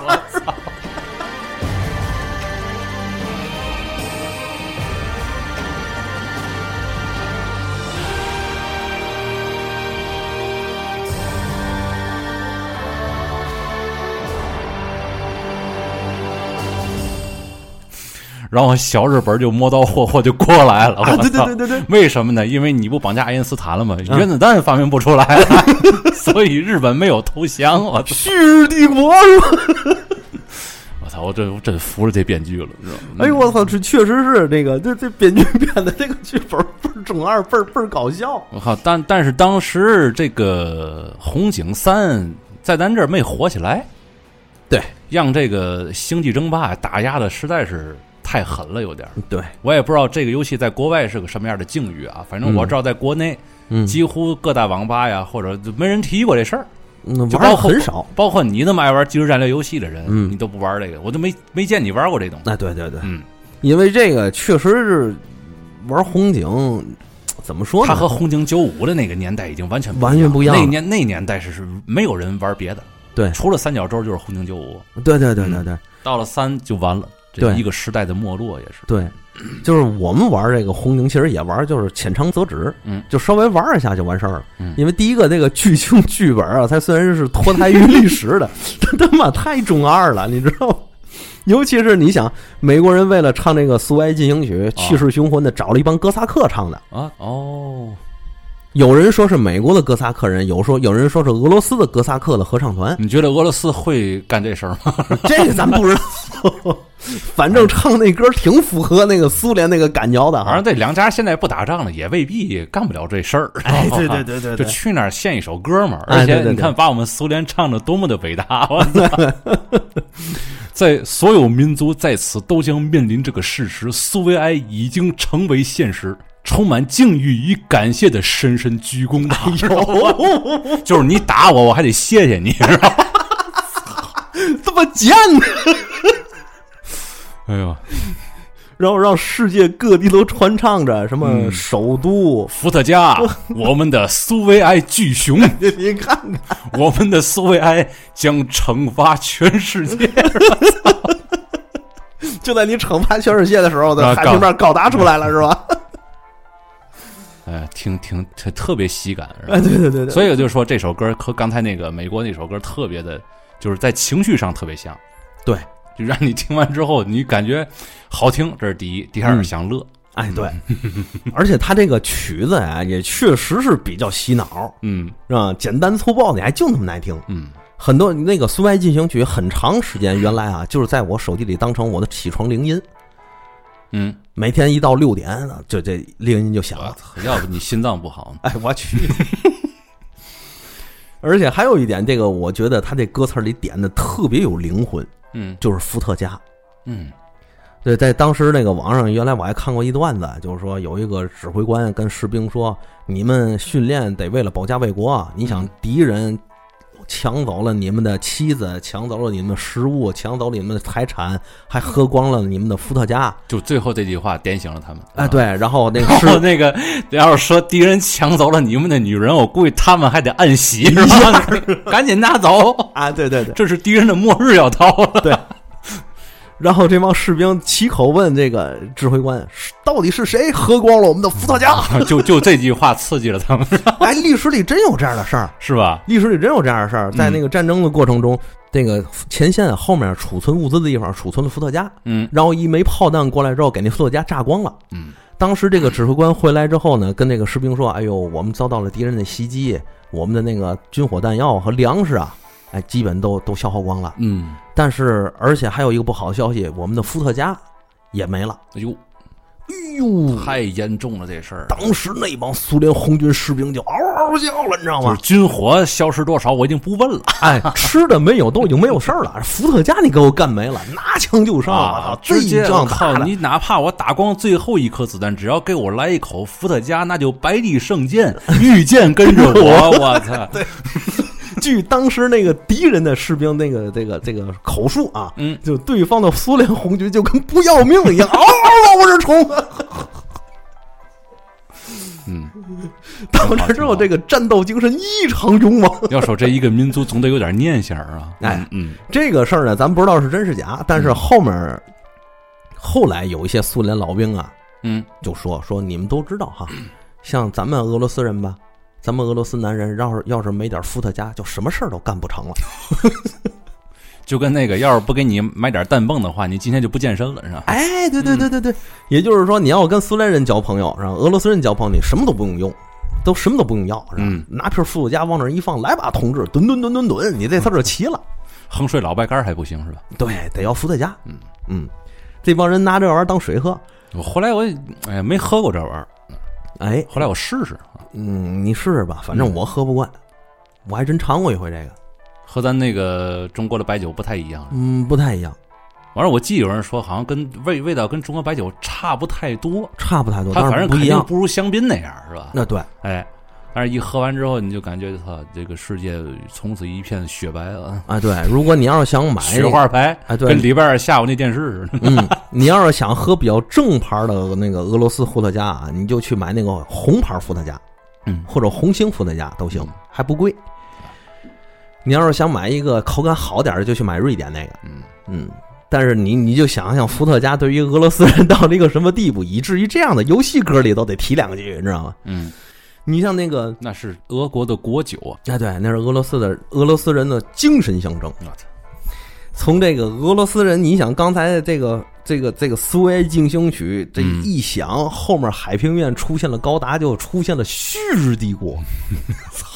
Speaker 2: 然后小日本就摸刀霍霍就过来了。我
Speaker 1: 啊
Speaker 2: 操
Speaker 1: 对对对对对，
Speaker 2: 为什么呢？因为你不绑架爱因斯坦了吗？
Speaker 1: 嗯
Speaker 2: 原子弹发明不出来了， 所以日本没有投降。我操！
Speaker 1: 旭日帝国是吧？
Speaker 2: 我操！我真我真服了这编剧了，你知道吗？
Speaker 1: 哎呦我操，这确实是这个，这这编剧编的这个剧本倍儿中二，倍儿倍儿搞笑。
Speaker 2: 我靠！但但是当时这个《红警三》在咱这儿没火起来，
Speaker 1: 对，
Speaker 2: 让这个《星际争霸》打压的实在是太狠了，有点儿。
Speaker 1: 对，
Speaker 2: 我也不知道这个游戏在国外是个什么样的境遇啊，反正我知道在国内，
Speaker 1: 嗯
Speaker 2: 几乎各大网吧呀，或者就没人提过这事儿，
Speaker 1: 嗯
Speaker 2: 就
Speaker 1: 玩
Speaker 2: 包
Speaker 1: 的
Speaker 2: 括
Speaker 1: 很少。，
Speaker 2: 包括你那么爱玩即时战略游戏的人，
Speaker 1: 嗯
Speaker 2: 你都不玩这个，我都没没见你玩过这东西。
Speaker 1: 哎，对对对，
Speaker 2: 嗯，
Speaker 1: 因为这个确实是玩红警，怎么说
Speaker 2: 它
Speaker 1: 呢？
Speaker 2: 和红警九五的那个年代已经完全不一样
Speaker 1: 完全不一样了
Speaker 2: 那年那年代是是没有人玩别的，
Speaker 1: 对
Speaker 2: 除了三角洲就是红警九五，
Speaker 1: 对对对对对
Speaker 2: 到了三就完了，这
Speaker 1: 对
Speaker 2: 一个时代的没落也是。
Speaker 1: 对，就是我们玩这个红警，其实也玩，就是浅尝辄止，
Speaker 2: 嗯
Speaker 1: 就稍微玩一下就完事儿了。
Speaker 2: 嗯
Speaker 1: 因为第一个那个剧情剧本啊，它虽然是脱胎于历史的， 它他妈太中二了，你知道吗？尤其是你想，美国人为了唱这个《苏维埃进行
Speaker 2: 哦
Speaker 1: 曲》，气势汹浑的找了一帮哥萨克唱的。
Speaker 2: 啊哦，
Speaker 1: 有人说是美国的哥萨克人，有说有人说是俄罗斯的哥萨克的合唱团，
Speaker 2: 你觉得俄罗斯会干这事儿吗？
Speaker 1: 这个咱不知道。 反正唱那歌挺符合那个苏联那个感觉的
Speaker 2: 反
Speaker 1: 哈
Speaker 2: 正。这两家现在不打仗了，也未必干不了这事儿。
Speaker 1: 哎对对对对对
Speaker 2: 就去那儿献一首歌嘛。
Speaker 1: 哎对
Speaker 2: 而且
Speaker 1: 对对
Speaker 2: 你看，把我们苏联唱的多么的伟大！我 操，在所有民族在此都将面临这个事实：苏维埃已经成为现实。充满敬意与感谢的深深鞠躬吧！ 就是你打我，我还得谢谢你，知道吗？
Speaker 1: 这么贱呢？
Speaker 2: 哎呦，
Speaker 1: 然后让世界各地都传唱着什么首都，
Speaker 2: 伏特加，我们的苏维埃巨 雄，
Speaker 1: 你 你看看，
Speaker 2: 我们的苏维埃将惩罚全世界。
Speaker 1: 就在你惩罚全世界的时候，
Speaker 2: 啊
Speaker 1: 的海
Speaker 2: 高
Speaker 1: 平面高达出来了，是吧？
Speaker 2: 哎，挺挺特特别喜感，是
Speaker 1: 哎，
Speaker 2: 吧？
Speaker 1: 对对对对，
Speaker 2: 所以我就说这首歌和刚才那个美国那首歌特别的，就是在情绪上特别像，
Speaker 1: 对，
Speaker 2: 就让你听完之后你感觉好听，这是第一；第二
Speaker 1: 嗯
Speaker 2: 想乐，
Speaker 1: 哎对，而且他这个曲子呀，也确实是比较洗脑，
Speaker 2: 嗯
Speaker 1: 是吧？简单粗暴的，还就那么难听。
Speaker 2: 嗯，
Speaker 1: 很多那个《苏维埃进行曲》很长时间原来啊，就是在我手机里当成我的起床铃音，
Speaker 2: 嗯，
Speaker 1: 每天一到六点，啊就这铃音就响
Speaker 2: 我
Speaker 1: 了。，
Speaker 2: 操，要不你心脏不好
Speaker 1: 哎，我去！而且还有一点，这个我觉得他这歌词里点的特别有灵魂，
Speaker 2: 嗯
Speaker 1: 就是伏特加。
Speaker 2: 嗯
Speaker 1: 对，在当时那个网上，原来我还看过一段子，就是说有一个指挥官跟士兵说：“你们训练得为了保家卫国，啊你想敌人抢走了你们的妻子，抢走了你们的食物，抢走了你们的财产，还喝光了你们的伏特加。
Speaker 2: 就最后这句话点醒了他们。”
Speaker 1: 哎，啊对，然后那个
Speaker 2: 然
Speaker 1: 士
Speaker 2: 后那个，要是说敌人抢走了你们的女人，我估计他们还得暗 喜，是吧？赶紧拿走，
Speaker 1: 啊，对对对，
Speaker 2: 这是敌人的末日要到了。
Speaker 1: 对，然后这帮士兵齐口问这个指挥官，是到底是谁喝光了我们的伏特加？
Speaker 2: 就就这句话刺激了他们，
Speaker 1: 哎，历史里真有这样的事儿，
Speaker 2: 是吧？
Speaker 1: 历史里真有这样的事儿，在
Speaker 2: 嗯
Speaker 1: 那个战争的过程中，这个前线啊后面储存物资的地方储存了伏特加，
Speaker 2: 嗯
Speaker 1: 然后一枚炮弹过来之后，给那伏特加炸光了。
Speaker 2: 嗯，
Speaker 1: 当时这个指挥官回来之后呢，跟那个士兵说：“哎呦，我们遭到了敌人的袭击，我们的那个军火弹药和粮食啊，哎，基本都都消耗光了。
Speaker 2: 嗯，
Speaker 1: 但是，而且还有一个不好的消息，我们的伏特加也没了。
Speaker 2: 哎呦，
Speaker 1: 哎呦，
Speaker 2: 太严重了这事儿。
Speaker 1: 当时那帮苏联红军士兵就嗷嗷叫了，你知道
Speaker 2: 就
Speaker 1: 吗
Speaker 2: 是？军火消失多少，我已经不问 了。
Speaker 1: 哎，吃的没有，都已经没有事儿了。伏特加你给我干没了，拿枪就上，我操、
Speaker 2: 啊，
Speaker 1: 最
Speaker 2: 直接
Speaker 1: 仗打
Speaker 2: 靠
Speaker 1: 的。
Speaker 2: 你，哪怕我打光最后一颗子弹，只要给我来一口伏特加，那就白帝圣剑，御剑跟着我， 我操！
Speaker 1: 据当时那个敌人的士兵那个这个这个口述啊，
Speaker 2: 嗯，
Speaker 1: 就对方的苏联红军就跟不要命一样，嗷嗷往我这冲。
Speaker 2: 嗯，
Speaker 1: 到那之后，这个战斗精神异常勇猛。
Speaker 2: 要说这一个民族总得有点念想啊。
Speaker 1: 哎
Speaker 2: 嗯，
Speaker 1: 这个事儿呢，咱不知道是真是假，但是后面后来有一些苏联老兵啊，
Speaker 2: 嗯
Speaker 1: 就说说你们都知道哈，像咱们俄罗斯人吧，咱们俄罗斯男人要是要是没点伏特加，就什么事儿都干不成了。
Speaker 2: 嗯，就跟那个，要是不给你买点氮泵的话，你今天就不健身了，是吧？
Speaker 1: 哎，对对
Speaker 2: 嗯
Speaker 1: 对对对，也就是说，你要跟苏联人交朋友，然后俄罗斯人交朋友，你什么都不用用，都什么都不用要，是吧
Speaker 2: 嗯
Speaker 1: 拿瓶伏特加往那儿一放，来吧，同志，吨吨吨吨吨，你这事儿就齐了。
Speaker 2: 横睡老白干还不行是吧？
Speaker 1: 对，得要伏特加。
Speaker 2: 嗯
Speaker 1: 嗯，这帮人拿这玩意儿当水喝。
Speaker 2: 我后来我哎呀没喝过这玩意儿，
Speaker 1: 哎，
Speaker 2: 后来我试试，
Speaker 1: 嗯，你试试吧，反正我喝不惯，我还真尝过一回这个，
Speaker 2: 和咱那个中国的白酒不太一样。
Speaker 1: 嗯，不太一样，
Speaker 2: 完了，我记得有人说好像跟味味道跟中国白酒差不太多，
Speaker 1: 差不太多，
Speaker 2: 它
Speaker 1: 但
Speaker 2: 反
Speaker 1: 是
Speaker 2: 正
Speaker 1: 不
Speaker 2: 肯
Speaker 1: 一
Speaker 2: 定
Speaker 1: 样。
Speaker 2: 不如香槟那样是吧？
Speaker 1: 那对，
Speaker 2: 哎，但是一喝完之后，你就感觉操，这个世界从此一片雪白啊，
Speaker 1: 啊对，如果你要是想买
Speaker 2: 雪花牌，
Speaker 1: 哎对
Speaker 2: 跟礼拜二下午那电视似的。
Speaker 1: 嗯，你要是想喝比较正牌的那个俄罗斯伏特加啊，你就去买那个红牌伏特加，
Speaker 2: 嗯
Speaker 1: 或者红星伏特加都行
Speaker 2: 嗯，
Speaker 1: 还不贵。你要是想买一个口感好点儿的，就去买瑞典那个，
Speaker 2: 嗯，
Speaker 1: 嗯。但是你你就想想伏特加对于俄罗斯人到了一个什么地步，以至于这样的游戏歌里都得提两句，你知道吗？
Speaker 2: 嗯，
Speaker 1: 你像那个，
Speaker 2: 那是俄国的国酒啊！
Speaker 1: 哎，对，那是俄罗斯的俄罗斯人的精神象征。
Speaker 2: 我操，
Speaker 1: 从这个俄罗斯人，你想刚才这个这个这个苏维埃进行曲这
Speaker 2: 嗯
Speaker 1: 一响，后面海平面出现了高达，就出现了旭日帝国。 操！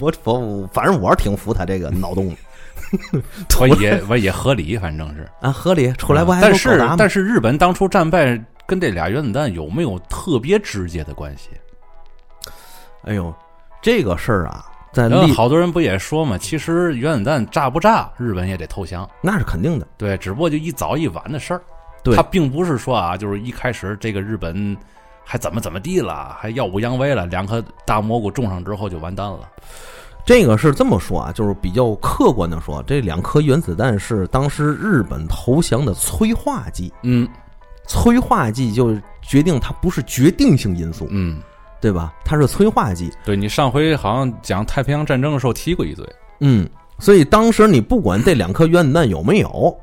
Speaker 1: 我我我反正我是挺服他这个脑洞的
Speaker 2: 我也 我也合理，反正是。
Speaker 1: 啊，合理。出来不还
Speaker 2: 但
Speaker 1: 有
Speaker 2: 是
Speaker 1: 高达吗？
Speaker 2: 但是日本当初战败跟这俩原子弹有没有特别直接的关系？
Speaker 1: 哎呦，这个事儿啊，在
Speaker 2: 然后
Speaker 1: 历
Speaker 2: 好多人不也说嘛，其实原子弹炸不炸，日本也得投降。
Speaker 1: 那是肯定的，
Speaker 2: 对，只不过就一早一晚的事儿。
Speaker 1: 对
Speaker 2: 他并不是说啊，就是一开始这个日本还怎么怎么地了，还耀武扬威了，两颗大蘑菇种上之后就完蛋了。
Speaker 1: 这个是这么说啊，就是比较客观的说，这两颗原子弹是当时日本投降的催化剂，
Speaker 2: 嗯
Speaker 1: 催化剂就是决定它不是决定性因素，
Speaker 2: 嗯，
Speaker 1: 对吧？它是催化剂，
Speaker 2: 对你上回好像讲太平洋战争的时候提过一嘴。
Speaker 1: 嗯，所以当时你不管这两颗原子弹有没有，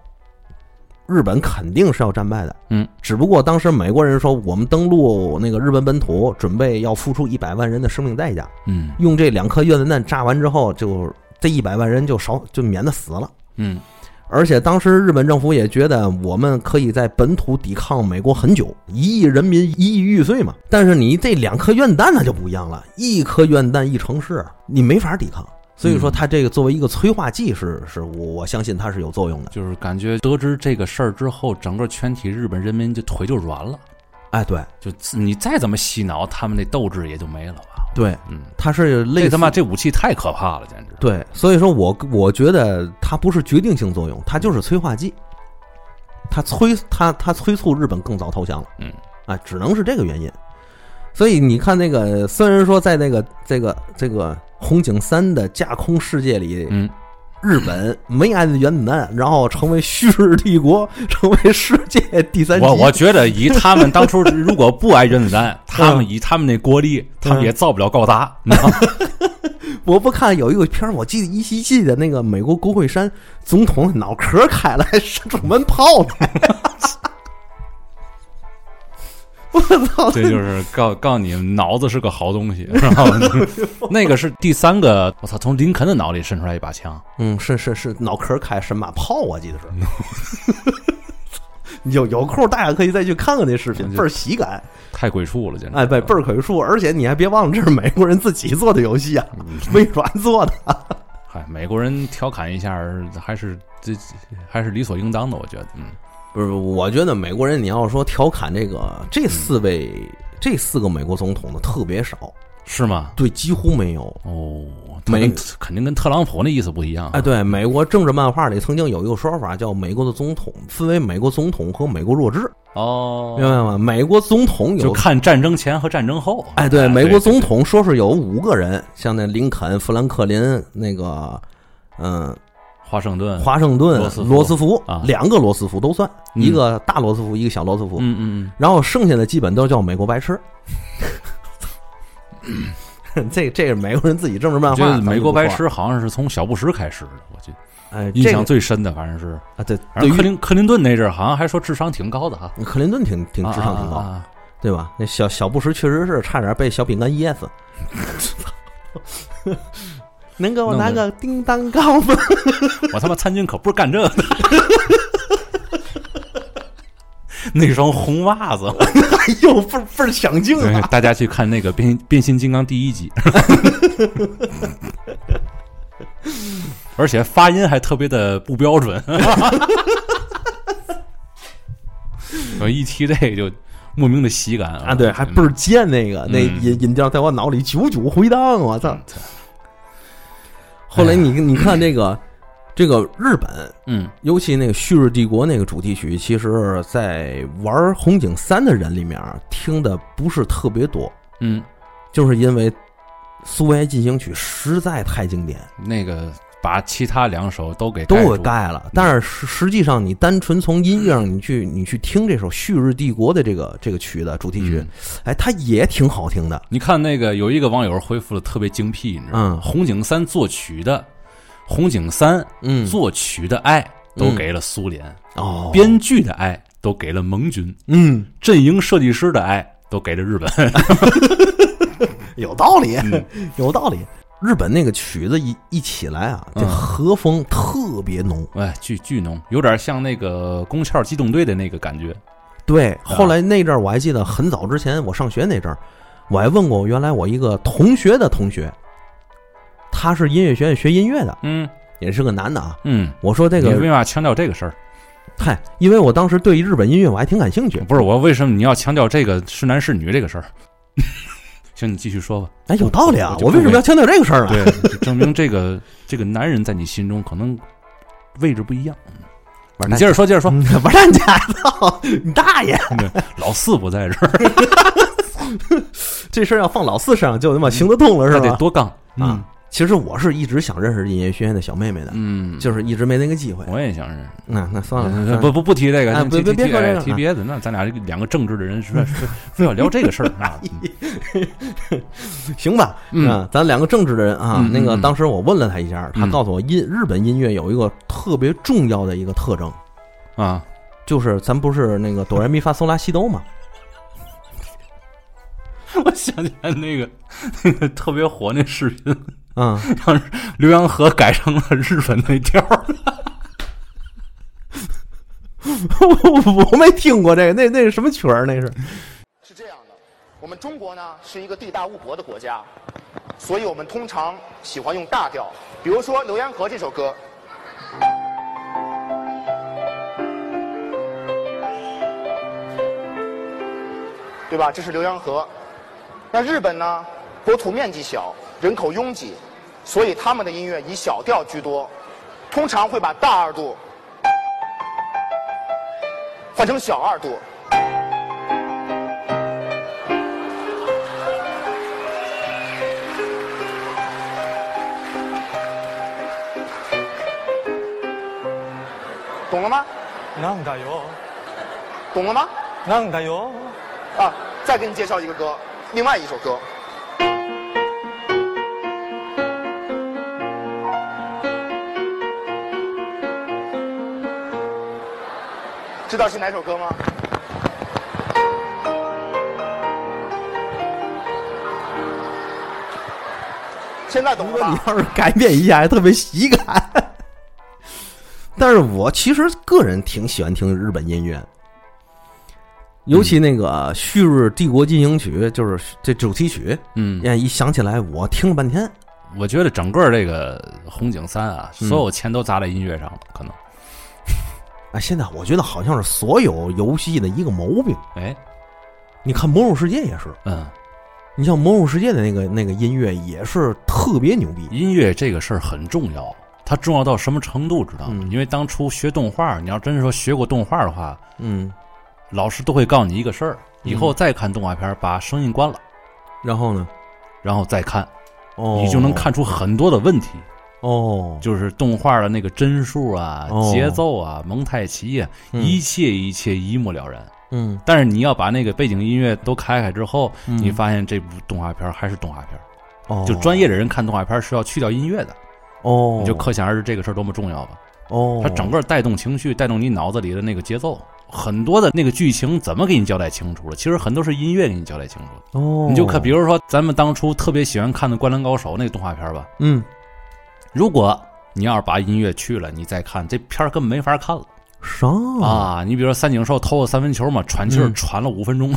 Speaker 1: 日本肯定是要战败的，
Speaker 2: 嗯，
Speaker 1: 只不过当时美国人说我们登陆那个日本本土，准备要付出一百万人的生命代价，
Speaker 2: 嗯
Speaker 1: 用这两颗原子弹炸完之后，就这一百万人就少就免得死了。
Speaker 2: 嗯
Speaker 1: 而且当时日本政府也觉得我们可以在本土抵抗美国很久，一亿人民一亿玉碎嘛。但是你这两颗原子弹那就不一样了，一颗原子弹一城市，你没法抵抗。所以说，它这个作为一个催化剂是是我我相信它是有作用的。
Speaker 2: 就是感觉得知这个事儿之后，整个全体日本人民就腿就软了，
Speaker 1: 哎，对
Speaker 2: 就自你再怎么洗脑，他们那斗志也就没了吧。
Speaker 1: 对，
Speaker 2: 嗯，
Speaker 1: 它是类
Speaker 2: 这
Speaker 1: 似
Speaker 2: 他妈这武器太可怕了，简直。
Speaker 1: 对，所以说我我觉得它不是决定性作用，它就是催化剂，它催它它催促日本更早投降了。
Speaker 2: 嗯，
Speaker 1: 啊，只能是这个原因。所以你看，那个虽然说在那个这个这个红警三的架空世界里，
Speaker 2: 嗯
Speaker 1: 日本没挨着原子弹，然后成为旭日帝国，成为世界第三极。
Speaker 2: 我我觉得以他们当初如果不挨原 子弹，他
Speaker 1: 嗯
Speaker 2: 们以他们那国力，他们也造不了高达，你 知道吗？
Speaker 1: 我不看有一个片儿，我记得依稀记得那个美国国会山总统脑壳开了，还射出门炮呢。 我操！
Speaker 2: 这就是告告诉你，脑子是个好东西，知 道吗？那个是第三个，我操，从林肯的脑里伸出来一把枪，
Speaker 1: 嗯，是是是，脑壳开神马炮，我记得是。 有有空大家可以再去看看那视频，倍儿喜感，
Speaker 2: 太鬼畜了，简直！
Speaker 1: 哎，倍倍儿可数。而且你还别忘了，这是美国人自己做的游戏啊，微软做的。
Speaker 2: 嗨，哎美国人调侃一下，还是这还是理所应当的，我觉得，嗯，
Speaker 1: 不是，我觉得美国人你要说调侃这个这四位、这四个美国总统的特别少，
Speaker 2: 是吗？
Speaker 1: 对，几乎没有。
Speaker 2: 哦，
Speaker 1: 美
Speaker 2: 他跟肯定跟特朗普那意思不一样，
Speaker 1: 哎，对，美国政治漫画里曾经有一个说法叫“美国的总统”，分为美国总统和美国弱智，
Speaker 2: 哦
Speaker 1: 明，白吗？美国总统
Speaker 2: 就
Speaker 1: 有，
Speaker 2: 看战争前和战争后，
Speaker 1: 哎，对，美国
Speaker 2: 对
Speaker 1: 总统说是有五个人，像那林肯、富兰克林、那个，嗯，
Speaker 2: 华盛顿，
Speaker 1: 华盛顿
Speaker 2: 呃罗斯、福
Speaker 1: 罗斯福
Speaker 2: 啊，
Speaker 1: 两个罗斯福都算，
Speaker 2: 嗯
Speaker 1: 一个大罗斯福，一个小罗斯福，
Speaker 2: 嗯嗯
Speaker 1: 然后剩下的基本都叫美国白 痴。这这是美国人自己政治漫画，
Speaker 2: 嗯，觉得
Speaker 1: 咱们
Speaker 2: 美
Speaker 1: 就
Speaker 2: 国
Speaker 1: 不
Speaker 2: 白
Speaker 1: 说
Speaker 2: 痴好像是从小布什开始的，我记得
Speaker 1: 了，哎，
Speaker 2: 印
Speaker 1: 这
Speaker 2: 象
Speaker 1: 个
Speaker 2: 最深的反正是，
Speaker 1: 啊，对，
Speaker 2: 反
Speaker 1: 对
Speaker 2: 正克
Speaker 1: 于
Speaker 2: 林克林顿那阵儿好像还说智商挺高的哈，
Speaker 1: 克林顿挺挺智商挺高
Speaker 2: 啊。啊。啊啊
Speaker 1: 对吧？那小小布什确实是差点被小饼干噎死。 能给我拿个叮当糕吗？
Speaker 2: 我他妈参军可不是干这个的。 那双红袜子，
Speaker 1: 哎呦，倍儿倍儿抢镜啊
Speaker 2: 对！大家去看那个变变形金刚第一集， 而且发音还特别的不标准。 我一提这个就莫名的喜感
Speaker 1: 啊！对，还倍儿贱那个，那
Speaker 2: 嗯
Speaker 1: 音音调在我脑里久久回荡。我操！后
Speaker 2: 哎
Speaker 1: 来你你看这个这个日本，
Speaker 2: 嗯
Speaker 1: 尤其那个《旭日帝国》那个主题曲，其实在玩《红警三》的人里面听的不是特别多，
Speaker 2: 嗯，
Speaker 1: 就是因为《苏维埃进行曲》实在太经典。
Speaker 2: 那个把其他两首都给
Speaker 1: 都
Speaker 2: 盖
Speaker 1: 给
Speaker 2: 住
Speaker 1: 盖了。但是实实际上，你单纯从音乐上，你去你去听这首《旭日帝国》的这个这个曲的主题曲，
Speaker 2: 嗯
Speaker 1: 哎，它也挺好听的。
Speaker 2: 你看那个有一个网友回复的特别精辟，你知道
Speaker 1: 嗯
Speaker 2: 吗？红警三作曲的，红警三
Speaker 1: 嗯
Speaker 2: 作曲的爱都给了苏联，
Speaker 1: 哦，
Speaker 2: 编剧的爱都给了盟军，
Speaker 1: 嗯，
Speaker 2: 阵营设计师的爱都给了日本。
Speaker 1: 有道理，
Speaker 2: 嗯
Speaker 1: 有道理。日本那个曲子一一起来啊，这
Speaker 2: 嗯
Speaker 1: 和风特别浓。
Speaker 2: 哎，巨巨浓，有点像那个《宫壳机动队》的那个感觉。
Speaker 1: 对，后来那阵儿我还记得，很早之前我上学那阵儿，我还问过我原来我一个同学的同学，他是音乐学院学音乐的，
Speaker 2: 嗯
Speaker 1: 也是个男的啊。
Speaker 2: 嗯，
Speaker 1: 我说这
Speaker 2: 你为
Speaker 1: 个，
Speaker 2: 嘛强调这个事儿？
Speaker 1: 嗨，因为我当时对日本音乐我还挺感兴趣，
Speaker 2: 不是我为什么你要强调这个是男是女这个事儿？ 行，你继续说吧。
Speaker 1: 哎，有道理啊！
Speaker 2: 就
Speaker 1: 我为什么要强调这个事儿呢？
Speaker 2: 对， 就证明这个这个男人在你心中可能位置不一样。
Speaker 1: 玩
Speaker 2: 你
Speaker 1: 蛋
Speaker 2: 接着说，接着说。
Speaker 1: 嗯 玩蛋家操你大爷！
Speaker 2: 老四不在这儿，
Speaker 1: 这事儿要放老四身上，就他妈行得通了，
Speaker 2: 嗯那
Speaker 1: 是
Speaker 2: 得
Speaker 1: 吧？
Speaker 2: 多杠
Speaker 1: 啊！！其实我是一直想认识音乐学院的小妹妹的，
Speaker 2: 嗯，
Speaker 1: 就是一直没那个机会。啊
Speaker 2: 我也想认识。
Speaker 1: 那那算了，算了
Speaker 2: 不不不提这个，
Speaker 1: 哎
Speaker 2: 提
Speaker 1: 不
Speaker 2: 提
Speaker 1: 嗯别别
Speaker 2: 提
Speaker 1: 说这个
Speaker 2: 哎提别的。那咱俩这个两个政治的 人，说说非要聊这个事儿，
Speaker 1: 哎
Speaker 2: 那
Speaker 1: 行吧。
Speaker 2: 嗯
Speaker 1: 啊，咱两个政治的人啊
Speaker 2: 嗯，嗯
Speaker 1: 那个
Speaker 2: 嗯
Speaker 1: 当时我问了他一下，他
Speaker 2: 嗯
Speaker 1: 告诉我音日本音乐有一个特别重要的一个特征，嗯
Speaker 2: 啊，
Speaker 1: 就是咱不是那个哆来咪发嗦拉西哆嘛？
Speaker 2: 我想起来那个 那个特别火那视频，
Speaker 1: 啊，
Speaker 2: 让浏阳河改成了日本那调儿，
Speaker 1: 我没听过这个，那那是什么曲儿？那是
Speaker 5: 是这样的，我们中国呢是一个地大物博的国家，所以我们通常喜欢用大调，比如说《浏阳河》这首歌，对吧？这是浏阳河。那日本呢，国土面积小，人口拥挤，所以他们的音乐以小调居多，通常会把大二度换成小二度。了吗？
Speaker 6: なんだよ
Speaker 5: 懂了吗？
Speaker 6: なんだよ
Speaker 5: 啊，再给你介绍一个歌，另外一首歌。知道是哪首歌吗？现在懂
Speaker 1: 如
Speaker 5: 了
Speaker 1: 果你
Speaker 5: 吧？
Speaker 1: 要是改变一下，还特别喜感。 但是我其实个人挺喜欢听日本音乐，尤
Speaker 2: 嗯
Speaker 1: 其那个《旭日帝国进行曲》，就是这主题曲，
Speaker 2: 嗯，
Speaker 1: 哎，一想起来我听了半天。
Speaker 2: 我觉得整个这个《红警三》啊，
Speaker 1: 嗯
Speaker 2: 所有钱都砸在音乐上了，可能。
Speaker 1: 哎，现在我觉得好像是所有游戏的一个毛病。
Speaker 2: 哎，
Speaker 1: 你看《魔兽世界》也是，
Speaker 2: 嗯，
Speaker 1: 你像《魔兽世界》的那个那个音乐也是特别牛逼。
Speaker 2: 音乐这个事儿很重要，它重要到什么程度，知道吗？
Speaker 1: 嗯
Speaker 2: 因为当初学动画，你要真是说学过动画的话，
Speaker 1: 嗯，
Speaker 2: 老师都会告诉你一个事儿：以后再看动画片儿，把声音关了，
Speaker 1: 然后呢？
Speaker 2: 然后再看，
Speaker 1: 哦，
Speaker 2: 你就能看出很多的问题，
Speaker 1: 哦，
Speaker 2: 就是动画的那个帧数啊、
Speaker 1: 哦
Speaker 2: 节奏啊、蒙太奇啊，
Speaker 1: 嗯
Speaker 2: 一切一切一目了然。
Speaker 1: 嗯，
Speaker 2: 但是你要把那个背景音乐都开开之后，
Speaker 1: 嗯
Speaker 2: 你发现这部动画片儿还是动画片儿。
Speaker 1: 哦，
Speaker 2: 就专业的人看动画片儿是要去掉音乐的，
Speaker 1: 哦，
Speaker 2: 你就可想而知这个事儿多么重要吧。
Speaker 1: 哦，
Speaker 2: 它整个带动情绪，带动你脑子里的那个节奏，很多的那个剧情怎么给你交代清楚了？其实很多是音乐给你交代清楚的。
Speaker 1: 哦，
Speaker 2: 你就看，比如说咱们当初特别喜欢看的《灌篮高手》那个动画片儿吧，
Speaker 1: 嗯，
Speaker 2: 如果你要是把音乐去了，你再看这片儿根本没法看了
Speaker 1: 啥
Speaker 2: 啊！你比如说三井寿投个三分球嘛，喘气儿
Speaker 1: 哦嗯
Speaker 2: 喘了五分 钟，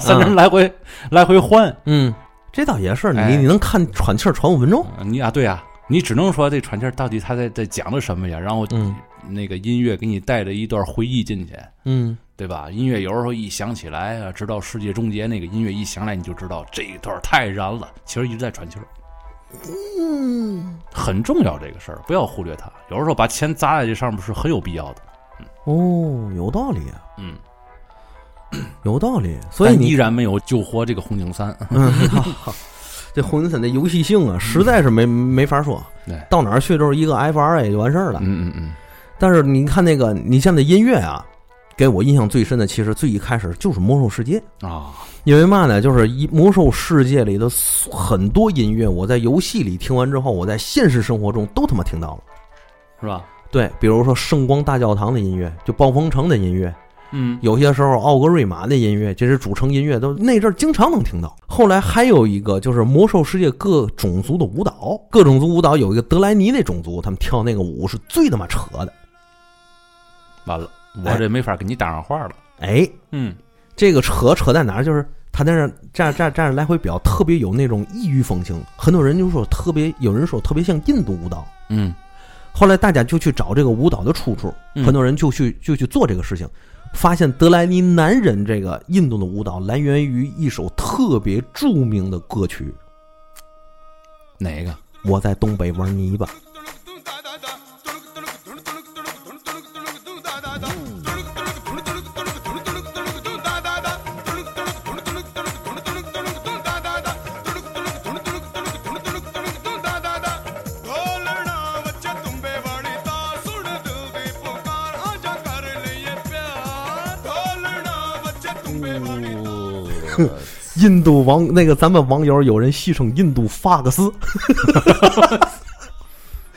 Speaker 2: 三个人来回来回换，
Speaker 1: 嗯，这倒也是，你、
Speaker 2: 哎
Speaker 1: 你能看喘气儿喘五分钟？
Speaker 2: 你啊，对啊，你只能说这喘气儿到底他在在讲的什么呀？然后
Speaker 1: 嗯
Speaker 2: 那个音乐给你带着一段回忆进去，
Speaker 1: 嗯，
Speaker 2: 对吧？音乐有时候一响起来啊，直到世界终结那个音乐一响来，你就知道这一段太燃了。其实一直在喘气儿，嗯，很重要这个事儿，不要忽略它。有时候把钱砸在这上面是很有必要的，
Speaker 1: 哦，有道理，
Speaker 2: 嗯。
Speaker 1: 有道理，所以
Speaker 2: 但依
Speaker 1: 你
Speaker 2: 然没有救活这个红警三，
Speaker 1: 这霍金森的游戏性啊，实在是没、没法说
Speaker 2: 对。
Speaker 1: 到哪儿去都是一个 FRA 就完事儿了。
Speaker 2: 嗯嗯嗯，
Speaker 1: 但是你看那个，你像那音乐啊，给我印象最深的，其实最一开始就是《魔兽世界》，
Speaker 2: 啊，
Speaker 1: 因为嘛呢，就是一《魔兽世界》里的很多音乐，我在游戏里听完之后，我在现实生活中都他妈听到了。
Speaker 2: 是吧？
Speaker 1: 对，比如说圣光大教堂的音乐，就暴风城的音乐，
Speaker 2: 嗯，
Speaker 1: 有些时候奥格瑞玛的音乐，这是主城音乐，都那阵儿经常能听到。后来还有一个就是魔兽世界各种族的舞蹈，各种族舞蹈有一个德莱尼那种族，他们跳那个舞是最他妈扯的。
Speaker 2: 完了，我这没法跟你搭上话了。
Speaker 1: 哎，
Speaker 2: 嗯，
Speaker 1: 这个扯扯在哪儿？就是他在那儿这样这样这样来回表，特别有那种异域风情。很多人就说特别，有人说特别像印度舞蹈。
Speaker 2: 嗯，
Speaker 1: 后来大家就去找这个舞蹈的出处，
Speaker 2: 嗯
Speaker 1: 很多人就去就去做这个事情，发现德莱尼男人这个印度的舞蹈来源于一首特别著名的歌曲
Speaker 2: 哪个？
Speaker 1: 《我在东北玩泥巴》。印度网那个咱们网友有人戏称印度法克斯，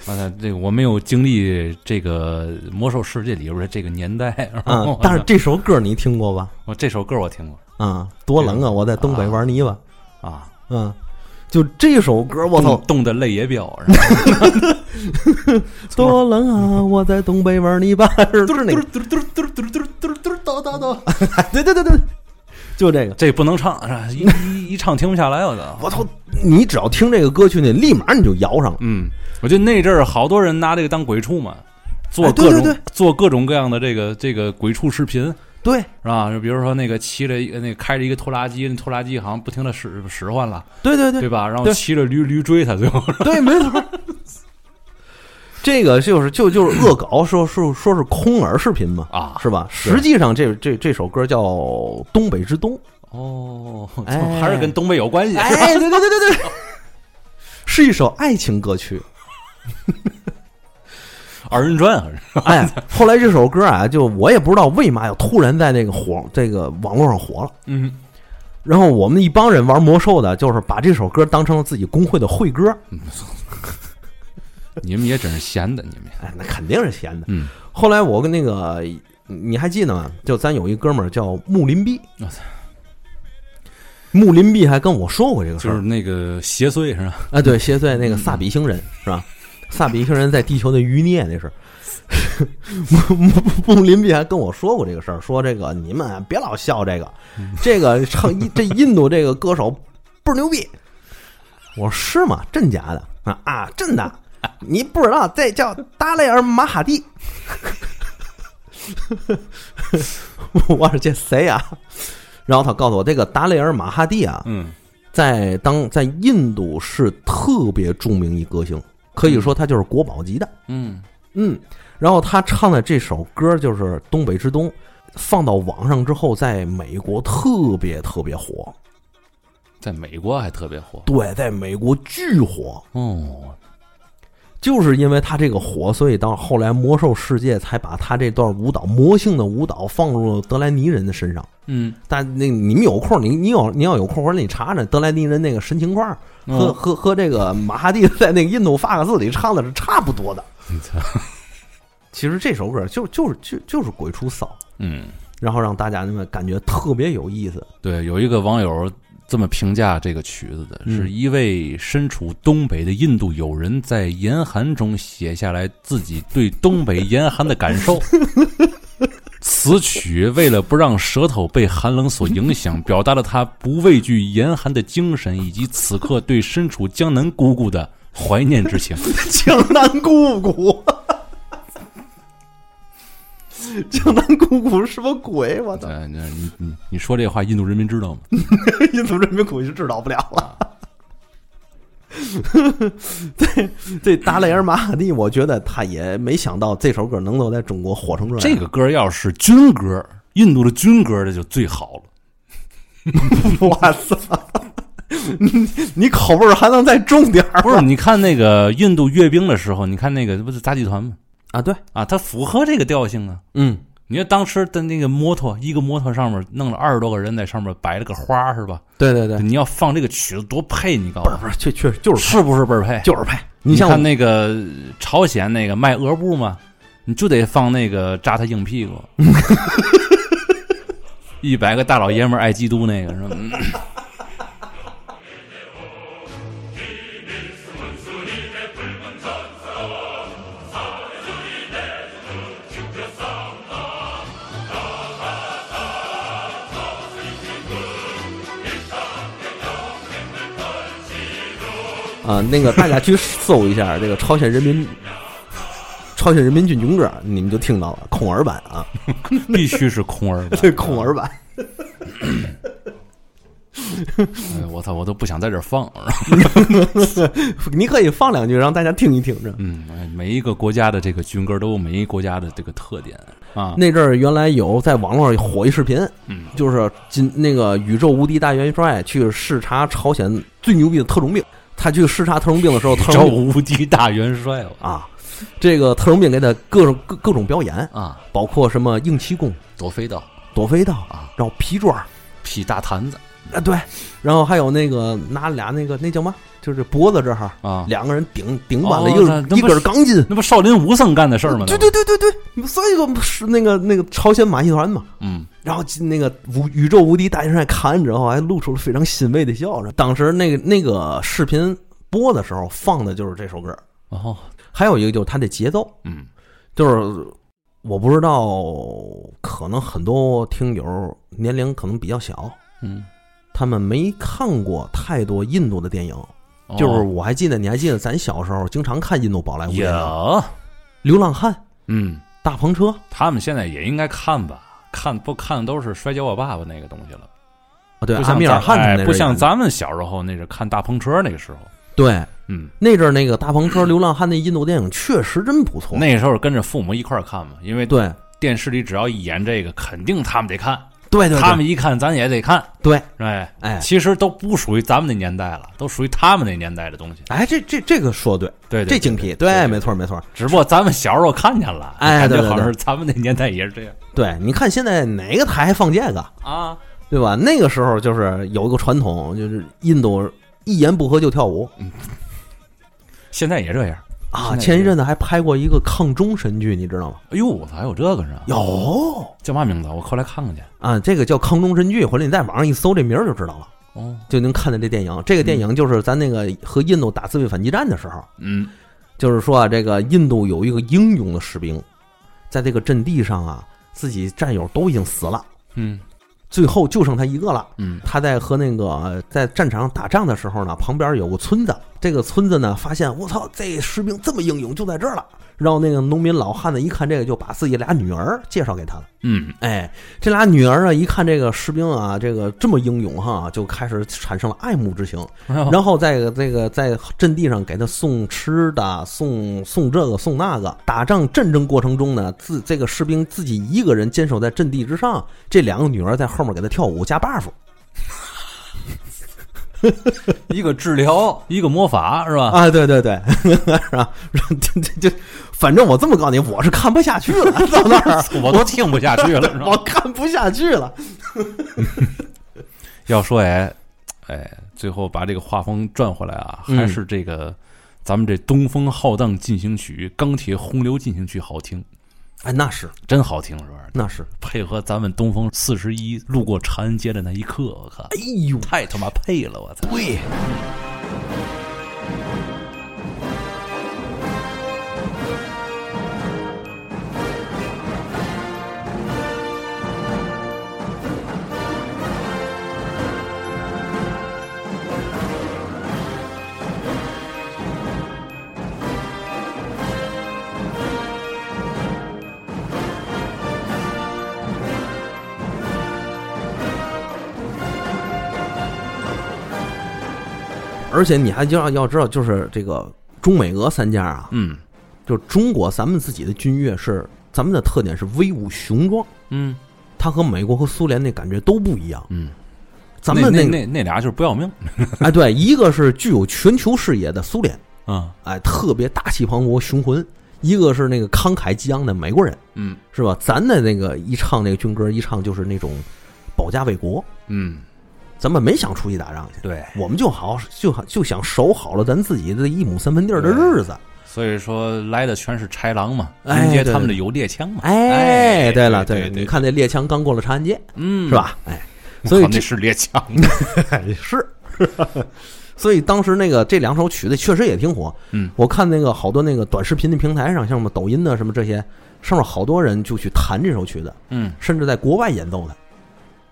Speaker 2: 完了，这个我没有经历这个魔兽世界里边的这个年代
Speaker 1: 啊、
Speaker 2: 嗯
Speaker 1: 但是这首歌你听过吧？
Speaker 2: 我这首歌我听过
Speaker 1: 啊、多冷啊！我在东北玩泥巴，
Speaker 2: 啊，
Speaker 1: 嗯、就这首歌，我操
Speaker 2: 冻，冻得泪也飙，然 后
Speaker 1: 多冷啊！我在东北玩泥巴，是是那个，
Speaker 2: 嘟嘟嘟嘟嘟嘟嘟嘟嘟嘟，
Speaker 1: 对对对对，就这个。
Speaker 2: 这不能唱，是吧一一一唱停不下来，啊我操！
Speaker 1: 我操！你只要听这个歌曲，你立马你就摇上了。
Speaker 2: 嗯，我觉得那阵儿好多人拿这个当鬼畜嘛，做
Speaker 1: 哎对
Speaker 2: 各种、
Speaker 1: 对对
Speaker 2: 做各种各样的这个这个鬼畜视频
Speaker 1: 对
Speaker 2: 是吧？就比如说那个骑着一个那个开着一个拖拉机，那拖拉机好像不停的使使唤了，
Speaker 1: 对对
Speaker 2: 对
Speaker 1: 对
Speaker 2: 吧？然后
Speaker 1: 对
Speaker 2: 骑着驴驴追他，最后
Speaker 1: 对，没错。这个就是就就是恶搞，说说说是空耳视频嘛，
Speaker 2: 啊
Speaker 1: 是吧？实际上这这这首歌叫《东北之冬》。
Speaker 2: 哦，
Speaker 1: 哎
Speaker 2: 还是跟东北有关系，是 吧
Speaker 1: 哎，对对对 对对，是一首爱情歌曲。
Speaker 2: 二人转，好像是
Speaker 1: 哎，后来这首歌啊，就我也不知道为嘛要突然在那个火这个网络上火了。
Speaker 2: 嗯，
Speaker 1: 然后我们一帮人玩魔兽的，就是把这首歌当成了自己工会的会歌。
Speaker 2: 你们也真是闲的，你们也
Speaker 1: 哎，那肯定是闲的。
Speaker 2: 嗯，
Speaker 1: 后来我跟那个你还记得吗？就咱有一哥们儿叫木林碧，
Speaker 2: 我操，
Speaker 1: 木林碧还跟我说过这个事
Speaker 2: 就
Speaker 1: 儿。
Speaker 2: 是那个邪祟是吧？
Speaker 1: 啊，对，邪祟那个萨比星人是吧？萨比星人在地球的余孽，那是。木木木林碧还跟我说过这个事儿，说这个你们啊别老笑这个，这个唱这印度这个歌手倍儿牛逼。我说是吗？真假的啊啊，真的。你不知道，这叫达雷尔马哈蒂。 我说这谁呀、然后他告诉我，这个达雷尔马哈蒂啊，
Speaker 2: 嗯，
Speaker 1: 在当在印度是特别著名一歌星，可以说他就是国宝级的。
Speaker 2: 嗯，
Speaker 1: 嗯，然后他唱的这首歌就是《东北之冬》，放到网上之后，在美国特别特别火，
Speaker 2: 在美国还特别火
Speaker 1: 对，在美国巨火，
Speaker 2: 哦，
Speaker 1: 就是因为他这个火，所以到后来魔兽世界才把他这段舞蹈魔性的舞蹈放入了德莱尼人的身上。
Speaker 2: 嗯，
Speaker 1: 但那你们有空，你你有你要有空，或者你查查德莱尼人那个神情块儿，和
Speaker 2: 嗯
Speaker 1: 和和这个马哈蒂在那个印度法克斯里唱的是差不多的。
Speaker 2: 你操，
Speaker 1: 其实这首歌就就是就就是鬼畜骚，
Speaker 2: 嗯，
Speaker 1: 然后让大家那么感觉特别有意思。
Speaker 2: 对，有一个网友这么评价这个曲子的，是一位身处东北的印度友人在严寒中写下来自己对东北严寒的感受。 此曲为了不让舌头被寒冷所影响，表达了他不畏惧严寒的精神，以及此刻对身处江南姑姑的怀念之 情。
Speaker 1: 江南姑姑， 江南姑姑是什么鬼？我操！
Speaker 2: 呃，那你你你说这话，印度人民知道吗？
Speaker 1: 印度人民恐惧治导不了了。 这这达雷尔马哈蒂，我觉得他也没想到这首歌能够在中国火成这样。
Speaker 2: 这个歌要是军歌，印度的军歌那就最好了。
Speaker 1: 我操！你你口味儿还能再重点儿
Speaker 2: 不是，你看那个印度阅兵的时候，你看那个不是杂技团吗？
Speaker 1: 啊？对，
Speaker 2: 啊，它符合这个调性啊。
Speaker 1: 嗯，
Speaker 2: 你看当时的那个摩托，一个摩托上面弄了二十多个人，在上面摆了个花，是吧？
Speaker 1: 对对对，
Speaker 2: 你要放这个曲子多配，你告诉
Speaker 1: 不是
Speaker 2: 我，
Speaker 1: 不是，确确实就是
Speaker 2: 是不是倍儿配？
Speaker 1: 就是配。
Speaker 2: 你
Speaker 1: 像
Speaker 2: 看那个呃朝鲜那个卖俄布嘛，你就得放那个扎他硬 屁股，一百个大老爷们儿爱基督那个是吧？嗯
Speaker 1: 啊、那个大家去搜一下这个朝鲜人民朝鲜人民军军歌，你们就听到了空耳版啊，
Speaker 2: 必须是空耳版。
Speaker 1: 对，空耳版。
Speaker 2: 哎我操，我都不想在这儿放。
Speaker 1: 你可以放两句让大家听一听着。
Speaker 2: 嗯，哎每一个国家的这个军歌都有每一个国家的这个特点啊。
Speaker 1: 那阵儿原来有在网络上火一视频，
Speaker 2: 嗯，
Speaker 1: 就是今那个宇宙无敌大元帅去视察朝鲜最牛逼的特种兵，他去视察特种兵的时候，特
Speaker 2: 找
Speaker 1: 种兵
Speaker 2: 无敌大元帅我
Speaker 1: 啊，这个特种兵给他各种各各种表演，
Speaker 2: 啊，
Speaker 1: 包括什么硬气功、
Speaker 2: 躲飞刀、
Speaker 1: 躲飞道
Speaker 2: 啊，
Speaker 1: 然后皮抓儿
Speaker 2: 劈大坛子
Speaker 1: 啊，对，然后还有那个拿俩那个那叫嘛，就是脖子这哈，
Speaker 2: 啊，
Speaker 1: 两个人顶顶满了
Speaker 2: 哦
Speaker 1: 一个、
Speaker 2: 那那不
Speaker 1: 一根
Speaker 2: 是
Speaker 1: 钢筋。
Speaker 2: 那不少林武僧干的事儿吗？
Speaker 1: 对对对对对，所以说是那个那个朝鲜马戏团嘛，
Speaker 2: 嗯，
Speaker 1: 然后那个无宇宙无敌大元帅看完之后，还露出了非常欣慰的笑容。当时那个那个视频播的时候放的就是这首歌，
Speaker 2: 然后
Speaker 1: 还有一个就是它的节奏，
Speaker 2: 嗯，
Speaker 1: 就是我不知道，可能很多听友年龄可能比较小，
Speaker 2: 嗯，
Speaker 1: 他们没看过太多印度的电影。
Speaker 2: 哦
Speaker 1: 就是我还记得，你还记得咱小时候经常看印度宝莱坞电影《
Speaker 2: 有，
Speaker 1: 流浪汉》《
Speaker 2: 嗯，
Speaker 1: 大篷车》
Speaker 2: 他们现在也应该看吧。看不看都是摔跤我爸爸那个东西了，
Speaker 1: 啊，对，
Speaker 2: 不
Speaker 1: 阿
Speaker 2: 像
Speaker 1: 米尔
Speaker 2: 咱
Speaker 1: 汗他们那
Speaker 2: 哎
Speaker 1: 阵儿
Speaker 2: 不像
Speaker 1: 演的
Speaker 2: 咱们小时候那是看大篷车那个时候，
Speaker 1: 对
Speaker 2: 嗯，
Speaker 1: 那阵儿那个大篷车、流浪汉那印度电影确实真不错。
Speaker 2: 那时候跟着父母一块儿看嘛，因为
Speaker 1: 对
Speaker 2: 电视里只要一演这个，肯定他们得看，
Speaker 1: 对对对，
Speaker 2: 他们一看，咱也得看，
Speaker 1: 对，
Speaker 2: 哎
Speaker 1: 哎
Speaker 2: 其实都不属于咱们那年代了，都属于他们那年代的东西。
Speaker 1: 哎，这这这个说对，
Speaker 2: 对对
Speaker 1: 这
Speaker 2: 对
Speaker 1: 精辟，
Speaker 2: 对对对
Speaker 1: 没错没错。
Speaker 2: 只不过咱们小时候看见了，
Speaker 1: 哎
Speaker 2: 感
Speaker 1: 对
Speaker 2: 觉
Speaker 1: 对
Speaker 2: 好像
Speaker 1: 对
Speaker 2: 是咱们那年代也是这样
Speaker 1: 对，你看现在哪个台还放这个，
Speaker 2: 啊。
Speaker 1: 对吧？那个时候就是有一个传统，就是印度一言不合就跳舞
Speaker 2: 现在也这样。
Speaker 1: 啊。
Speaker 2: 嗯现在也
Speaker 1: 前一阵子还拍过一个抗中神剧，你知道吗？
Speaker 2: 哎呦，我操，还有这个呢？
Speaker 1: 有
Speaker 2: 叫嘛名字？我后来看看去。
Speaker 1: 啊，这个叫抗中神剧，回来你在网上一搜这名儿就知道了。
Speaker 2: 哦，
Speaker 1: 就能看见这电影，这个电影就是咱那个和印度打自卫反击战的时候，
Speaker 2: 嗯，
Speaker 1: 就是说啊，这个印度有一个英勇的士兵，在这个阵地上啊，自己战友都已经死了，
Speaker 2: 嗯，
Speaker 1: 最后就剩他一个了。
Speaker 2: 嗯，
Speaker 1: 他在和那个呃在战场上打仗的时候呢，旁边有个村子，这个村子呢发现我操，这士兵这么英勇，就在这儿了。然后那个农民老汉子一看这个，就把自己俩女儿介绍给他了。
Speaker 2: 嗯，
Speaker 1: 哎，这俩女儿啊，一看这个士兵啊，这个这么英勇哈，就开始产生了爱慕之情。
Speaker 2: 嗯
Speaker 1: 然后在这个在阵地上给他送吃的，送送这个送那个。打仗战争过程中呢，自这个士兵自己一个人坚守在阵地之上，这两个女儿在后面给他跳舞加 buff。
Speaker 2: 一个治疗，一个魔法，是吧？
Speaker 1: 啊，对对 对，是吧？这这这，反正我这么告诉你，我是看不下去了，到那 儿
Speaker 2: 我都听不下去 了，是
Speaker 1: 我
Speaker 2: 吧？
Speaker 1: 看不下去了。
Speaker 2: 要说哎，哎，最后把这个画风转回来啊，
Speaker 1: 嗯
Speaker 2: 还是这个咱们这《东风浩荡进行曲》《钢铁洪流进行曲》好听，
Speaker 1: 哎，那是
Speaker 2: 真好听，是吧？
Speaker 1: 那是，
Speaker 2: 配合咱们东风四十一路过长安街的那一刻，我靠，
Speaker 1: 哎呦，
Speaker 2: 太他妈配了，我操！
Speaker 1: 对，而且你还要要知道，就是这个中美俄三家啊，
Speaker 2: 嗯
Speaker 1: 就是中国咱们自己的军乐是咱们的特点是威武雄壮，
Speaker 2: 嗯
Speaker 1: 它和美国和苏联那感觉都不一样。
Speaker 2: 嗯，
Speaker 1: 咱们
Speaker 2: 那
Speaker 1: 个
Speaker 2: 那那俩就是不要命
Speaker 1: 哎，对，一个是具有全球视野的苏联，
Speaker 2: 啊，
Speaker 1: 哎，特别大气磅礴、雄浑；一个是那个慷慨激昂的美国人，
Speaker 2: 嗯
Speaker 1: 是吧？咱的那个一唱那个军歌，一唱就是那种保家卫国，
Speaker 2: 嗯，
Speaker 1: 咱们没想出去打仗去，
Speaker 2: 对。
Speaker 1: 我们就好就好就想守好了咱自己的一亩三分地儿的日子。
Speaker 2: 所以说来的全是豺狼嘛，
Speaker 1: 哎
Speaker 2: 迎接
Speaker 1: 对
Speaker 2: 他们的有猎枪嘛。
Speaker 1: 哎，对了，
Speaker 2: 对，
Speaker 1: 你看那猎枪刚过了长安街，
Speaker 2: 嗯，
Speaker 1: 是？吧？哎，所以
Speaker 2: 那
Speaker 1: 这
Speaker 2: 是猎枪。
Speaker 1: 是。所以当时那个这两首曲子确实也挺火，
Speaker 2: 嗯，
Speaker 1: 我看那个好多那个短视频的平台上，像什么抖音的啊什么这些，上面好多人就去弹这首曲子，
Speaker 2: 嗯
Speaker 1: 甚至在国外演奏的。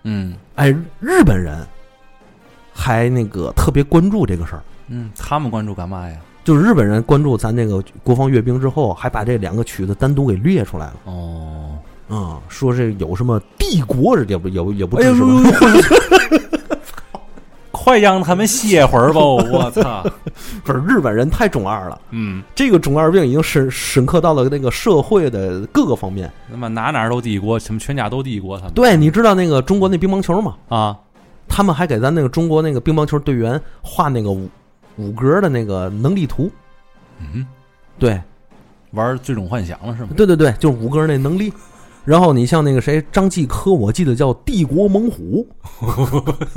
Speaker 2: 嗯
Speaker 1: 哎，日本人还那个特别关注这个事儿，
Speaker 2: 嗯，他们关注干嘛呀？
Speaker 1: 就是日本人关注咱那个国防阅兵之后，还把这两个曲子单独给列出来了，
Speaker 2: 哦，
Speaker 1: 嗯，说这有什么帝国也不也不也不
Speaker 2: 哎呦
Speaker 1: 支持
Speaker 2: 呦
Speaker 1: 吗
Speaker 2: 呦快让他们歇 会儿吧！我操，
Speaker 1: 不是日本人太中二了，
Speaker 2: 嗯，
Speaker 1: 这个中二病已经深深刻到了那个社会的各个方面。
Speaker 2: 他妈哪哪都帝国，什么全家都帝国，他们
Speaker 1: 对，你知道那个中国那乒乓球吗？
Speaker 2: 啊，
Speaker 1: 他们还给咱那个中国那个乒乓球队员画那个五五格的那个能力图。
Speaker 2: 嗯，
Speaker 1: 对，
Speaker 2: 玩最终幻想了是吗？
Speaker 1: 对对对，就是五格那能力。然后你像那个谁张继科，我记得叫帝国猛虎，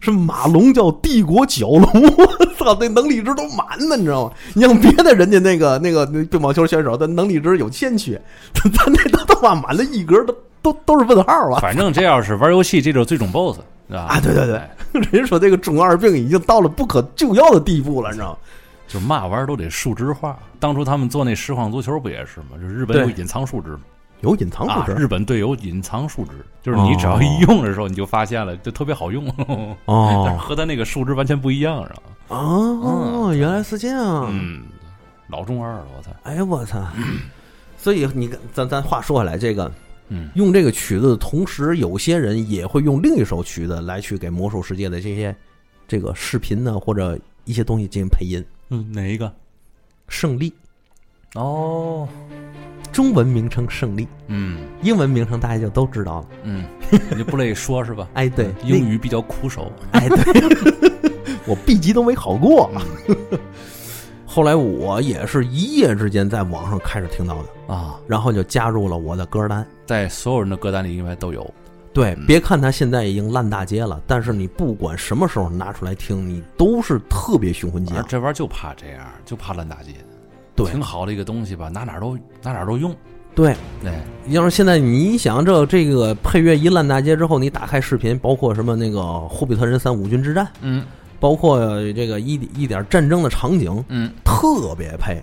Speaker 1: 是马龙叫帝国角龙，我操，那能力值都满的，你知道吗？你像别的人家那个那个那乒乓球选手，他能力值有欠缺，咱咱这都他妈满了一格，都都都是问号啊！
Speaker 2: 反正这要是玩游戏，这就是最终 BOSS，是吧？
Speaker 1: 啊，对对
Speaker 2: 哎，
Speaker 1: 对， 人家说这个中二病已经到了不可救药的地步了，你知道吗？
Speaker 2: 就嘛玩意儿都得数值化。当初他们做那实况足球不也是吗？就日本
Speaker 1: 对
Speaker 2: 有隐藏数值嘛。
Speaker 1: 有隐藏哦
Speaker 2: 啊
Speaker 1: 不，是？
Speaker 2: 日本队有隐藏数值，就是你只要一用的时候，你就发现了，就特别好用。
Speaker 1: 哦
Speaker 2: 但是和他那个数值完全不一样，是吧？
Speaker 1: 哦，原来是这样。
Speaker 2: 嗯，老中二了，我操！
Speaker 1: 哎呦我 操！所以你看咱咱话说回来，这个
Speaker 2: 嗯
Speaker 1: 用这个曲子的同时，有些人也会用另一首曲子来去给魔兽世界的这些这个视频呢或者一些东西进行配音。
Speaker 2: 嗯，哪一个？
Speaker 1: 胜利，
Speaker 2: 哦，
Speaker 1: 中文名称胜利，
Speaker 2: 嗯
Speaker 1: 英文名称大家就都知道了。
Speaker 2: 嗯，你不乐意说是吧？
Speaker 1: 哎，对，
Speaker 2: 英语比较枯手，
Speaker 1: 那，哎，对， 我 B 级都没考过。
Speaker 2: 嗯
Speaker 1: 后来我也是一夜之间在网上开始听到的，
Speaker 2: 啊，
Speaker 1: 然后就加入了我的歌单。
Speaker 2: 在所有人的歌单里应该都有。
Speaker 1: 对，
Speaker 2: 嗯
Speaker 1: 别看它现在已经烂大街了，但是你不管什么时候拿出来听，你都是特别雄浑激
Speaker 2: 啊
Speaker 1: 昂。
Speaker 2: 这玩意儿就怕这样，就怕烂大街。
Speaker 1: 对
Speaker 2: 挺好的一个东西吧，哪哪儿都哪哪儿都用。
Speaker 1: 对，
Speaker 2: 哎，
Speaker 1: 要是现在你想这这个配乐一烂大街之后，你打开视频，包括什么那个《霍比特人三：五军之战》，
Speaker 2: 嗯
Speaker 1: 包括这个一一点战争的场景，
Speaker 2: 嗯，
Speaker 1: 特别配。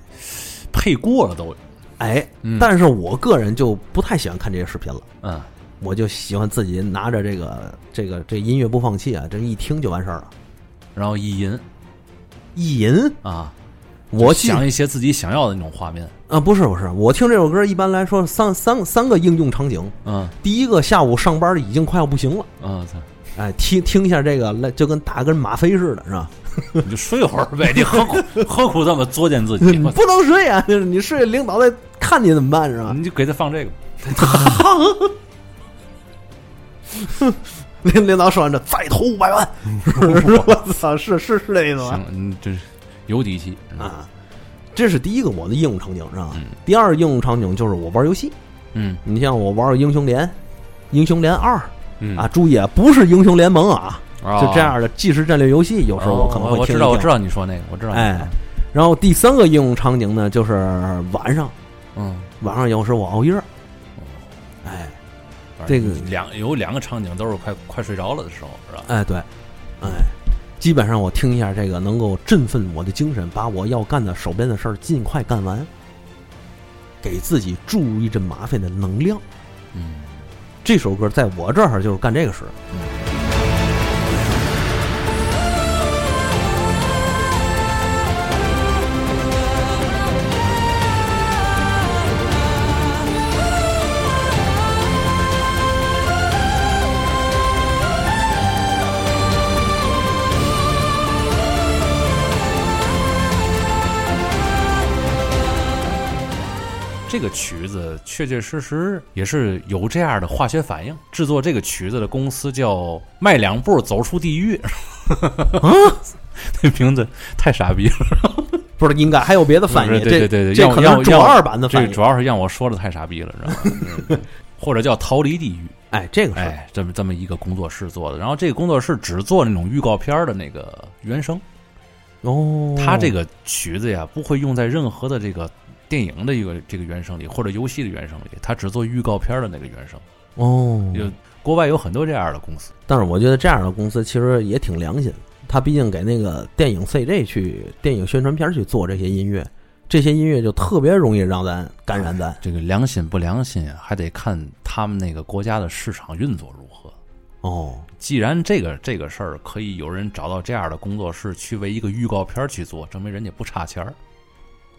Speaker 2: 配过了都，
Speaker 1: 哎，
Speaker 2: 嗯
Speaker 1: 但是我个人就不太喜欢看这些视频了，
Speaker 2: 嗯，
Speaker 1: 我就喜欢自己拿着这个这个这音乐播放器啊，这一听就完事儿了。
Speaker 2: 然后意淫
Speaker 1: 意淫，
Speaker 2: 啊，
Speaker 1: 我记
Speaker 2: 想一些自己想要的那种画面。
Speaker 1: 啊，不是不是，我听这首歌一般来说三三三个应用场景，
Speaker 2: 嗯
Speaker 1: 第一个下午上班已经快要不行了，
Speaker 2: 嗯，操
Speaker 1: 哎，听听一下这个，来就跟打跟吗啡似的，是吧？
Speaker 2: 你就睡会儿呗， 你何苦何苦这么作践自己
Speaker 1: 你？不能睡啊， 就是你睡，领导在看你怎么办是吧？
Speaker 2: 你就给他放这个，
Speaker 1: 领领导说完这，再投五百万，是吧 我操，是是是这意思吧？
Speaker 2: 行，你这是有底气。
Speaker 1: 啊，这是第一个我的应用场景是吧？第二个应用场景就是我玩游戏，
Speaker 2: 嗯
Speaker 1: 你像我玩英雄联，英雄联二
Speaker 2: 嗯
Speaker 1: 啊，，注意啊，不是英雄联盟啊，
Speaker 2: 哦
Speaker 1: 就这样的即时战略游戏，有时候
Speaker 2: 我
Speaker 1: 可能会
Speaker 2: 我
Speaker 1: 听一
Speaker 2: 知道我
Speaker 1: 听
Speaker 2: 知道你说那个，我知道。
Speaker 1: 哎，，然后第三个应用场景呢，就是晚上，
Speaker 2: 嗯，
Speaker 1: 晚上有时候我熬夜，
Speaker 2: 哦
Speaker 1: 哎，
Speaker 2: 反
Speaker 1: 这
Speaker 2: 正
Speaker 1: 个
Speaker 2: 两有两个场景都是快快睡着了的时候，是吧？
Speaker 1: 哎，对，哎，基本上我听一下这个，能够振奋我的精神，把我要干的手边的事儿尽快干完，给自己注入一阵麻烦的能量。
Speaker 2: 嗯，
Speaker 1: 这首歌在我这儿就是干这个事。
Speaker 2: 这个曲子确确实实也是有这样的化学反应。制作这个曲子的公司叫“迈两步走出地狱”，
Speaker 1: 啊
Speaker 2: 这名字太傻逼了。
Speaker 1: 不是应该还有别的翻译？
Speaker 2: 对对对对，
Speaker 1: 这
Speaker 2: 要
Speaker 1: 这可
Speaker 2: 要
Speaker 1: 能是中
Speaker 2: 要
Speaker 1: 二版的
Speaker 2: 这
Speaker 1: 翻
Speaker 2: 主
Speaker 1: 译。
Speaker 2: 要是让我说的太傻逼了，知道吗？嗯或者叫逃离地狱，
Speaker 1: 哎，这个 是
Speaker 2: 哎，这么这么一个工作室做的。然后这个工作室只做那种预告片的那个原声，
Speaker 1: 哦，
Speaker 2: 他这个曲子呀不会用在任何的这个电影的一个这个原声里，或者游戏的原声里，他只做预告片的那个原声。
Speaker 1: 哦，
Speaker 2: 就国外有很多这样的公司，
Speaker 1: 但是我觉得这样的公司其实也挺良心，他毕竟给那个电影 CJ 去电影宣传片去做这些音乐，这些音乐就特别容易让咱感染咱。
Speaker 2: 这个良心不良心啊，还得看他们那个国家的市场运作如何。
Speaker 1: 哦，
Speaker 2: 既然这个这个事儿可以有人找到这样的工作室去为一个预告片儿去做，证明人家不差钱儿，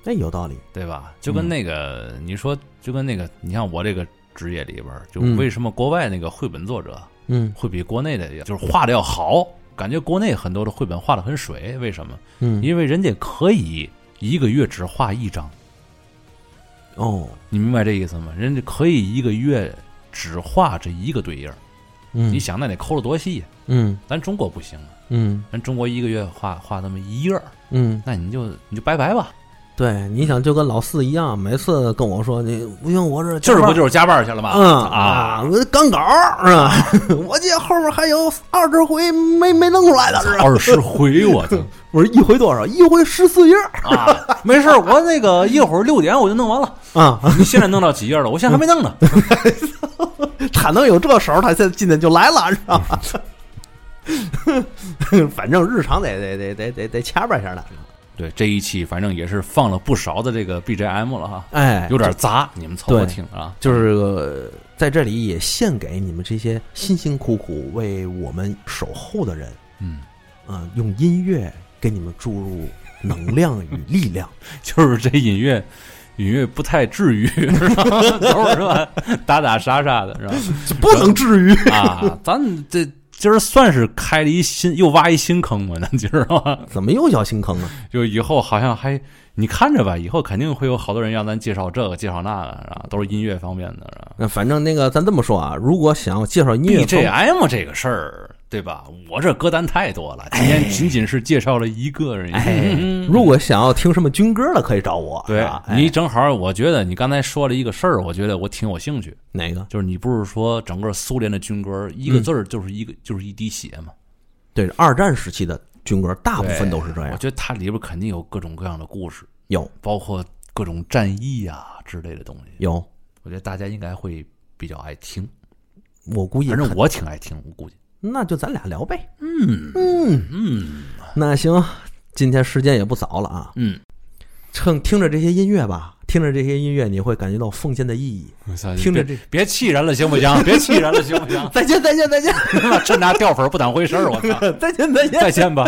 Speaker 1: 那哎有道理。
Speaker 2: 对吧？就跟那个、你说，就跟那个，你像我这个职业里边儿，就
Speaker 1: 嗯
Speaker 2: 为什么国外那个绘本作者
Speaker 1: 嗯
Speaker 2: 会比国内的要就是画的要好？感觉国内很多的绘本画的很水，为什么？
Speaker 1: 嗯，
Speaker 2: 因为人家可以一个月只画一张。
Speaker 1: 哦，
Speaker 2: 你明白这意思吗？人家可以一个月只画这一个对印儿，
Speaker 1: 嗯，
Speaker 2: 你想那得抠了多细呀、
Speaker 1: 嗯
Speaker 2: 咱中国不行啊，
Speaker 1: 嗯
Speaker 2: 咱中国一个月画画那么一页儿，
Speaker 1: 嗯，
Speaker 2: 那你就你就拜拜吧，
Speaker 1: 对，你想就跟老四一样，每次跟我说你不行，我这。
Speaker 2: 今儿不就是是加班去了吗？
Speaker 1: 嗯
Speaker 2: 啊，，
Speaker 1: 我干稿是吧？ 我记得后面还有二十回没没弄出来的是吧？
Speaker 2: 啊二十回我操
Speaker 1: 我说一回多少？一回十四页儿
Speaker 2: 啊！没事儿，我那个一会儿六点我就弄完了。
Speaker 1: 啊！
Speaker 2: 你现在弄到几页了？我现在还没弄呢。
Speaker 1: 他能有这手儿，他现在今天就来了，知道吧？ 反正日常得得得得得得掐吧一下的，
Speaker 2: 对，这一期反正也是放了不少的这个 BGM 了哈，
Speaker 1: 哎，
Speaker 2: 有点杂，你们凑合
Speaker 1: 对
Speaker 2: 听啊。
Speaker 1: 就是、呃在这里也献给你们这些辛辛苦苦为我们守候的人，
Speaker 2: 嗯，
Speaker 1: 啊、用音乐给你们注入能量与力 量。
Speaker 2: 就是这音乐，音乐不太至于，是吧？ 都是吧？打打杀杀的，是吧？
Speaker 1: 不能至于。
Speaker 2: 啊，咱这今儿算是开了一新，又挖一新坑嘛，咱今儿啊，
Speaker 1: 怎么又叫新 坑啊？
Speaker 2: 就以后好像还你看着吧，以后肯定会有好多人让咱介绍这个介绍那个，啊，都是音乐方面的。啊
Speaker 1: 那反正那个咱这么说啊，如果想要介绍音乐风格
Speaker 2: BGM 这个事儿，对吧？我这歌单太多了，今天仅仅是介绍了一个而已。
Speaker 1: 哎，如果想要听什么军歌的，可以找我。
Speaker 2: 对
Speaker 1: 是吧哎
Speaker 2: 你正好，我觉得你刚才说了一个事儿，我觉得我挺有兴趣。
Speaker 1: 哪个？
Speaker 2: 就是你不是说整个苏联的军歌一
Speaker 1: 嗯
Speaker 2: 个字儿就是一个、就是一滴血吗？
Speaker 1: 对，二战时期的军歌大部
Speaker 2: 对
Speaker 1: 分都是这样
Speaker 2: 我。觉得它里边肯定有各种各样的故事，
Speaker 1: 有
Speaker 2: 包括各种战役呀、之类的东西。
Speaker 1: 有，
Speaker 2: 我觉得大家应该会比较爱听，
Speaker 1: 我估计
Speaker 2: 反正
Speaker 1: 肯
Speaker 2: 我挺爱听，我估计。
Speaker 1: 那就咱俩聊呗。嗯嗯嗯，那行，今天时间也不早了啊。
Speaker 2: 嗯，
Speaker 1: 趁听着这些音乐吧，听着这些音乐，你会感觉到奉献的意义。
Speaker 2: 嗯
Speaker 1: 听着这
Speaker 2: 别别气人了，行不行？别气人了，行 不行？
Speaker 1: 再见，再见，再见，
Speaker 2: 这拿掉粉儿不当回事儿，我操！
Speaker 1: 再见，再见，
Speaker 2: 再见吧。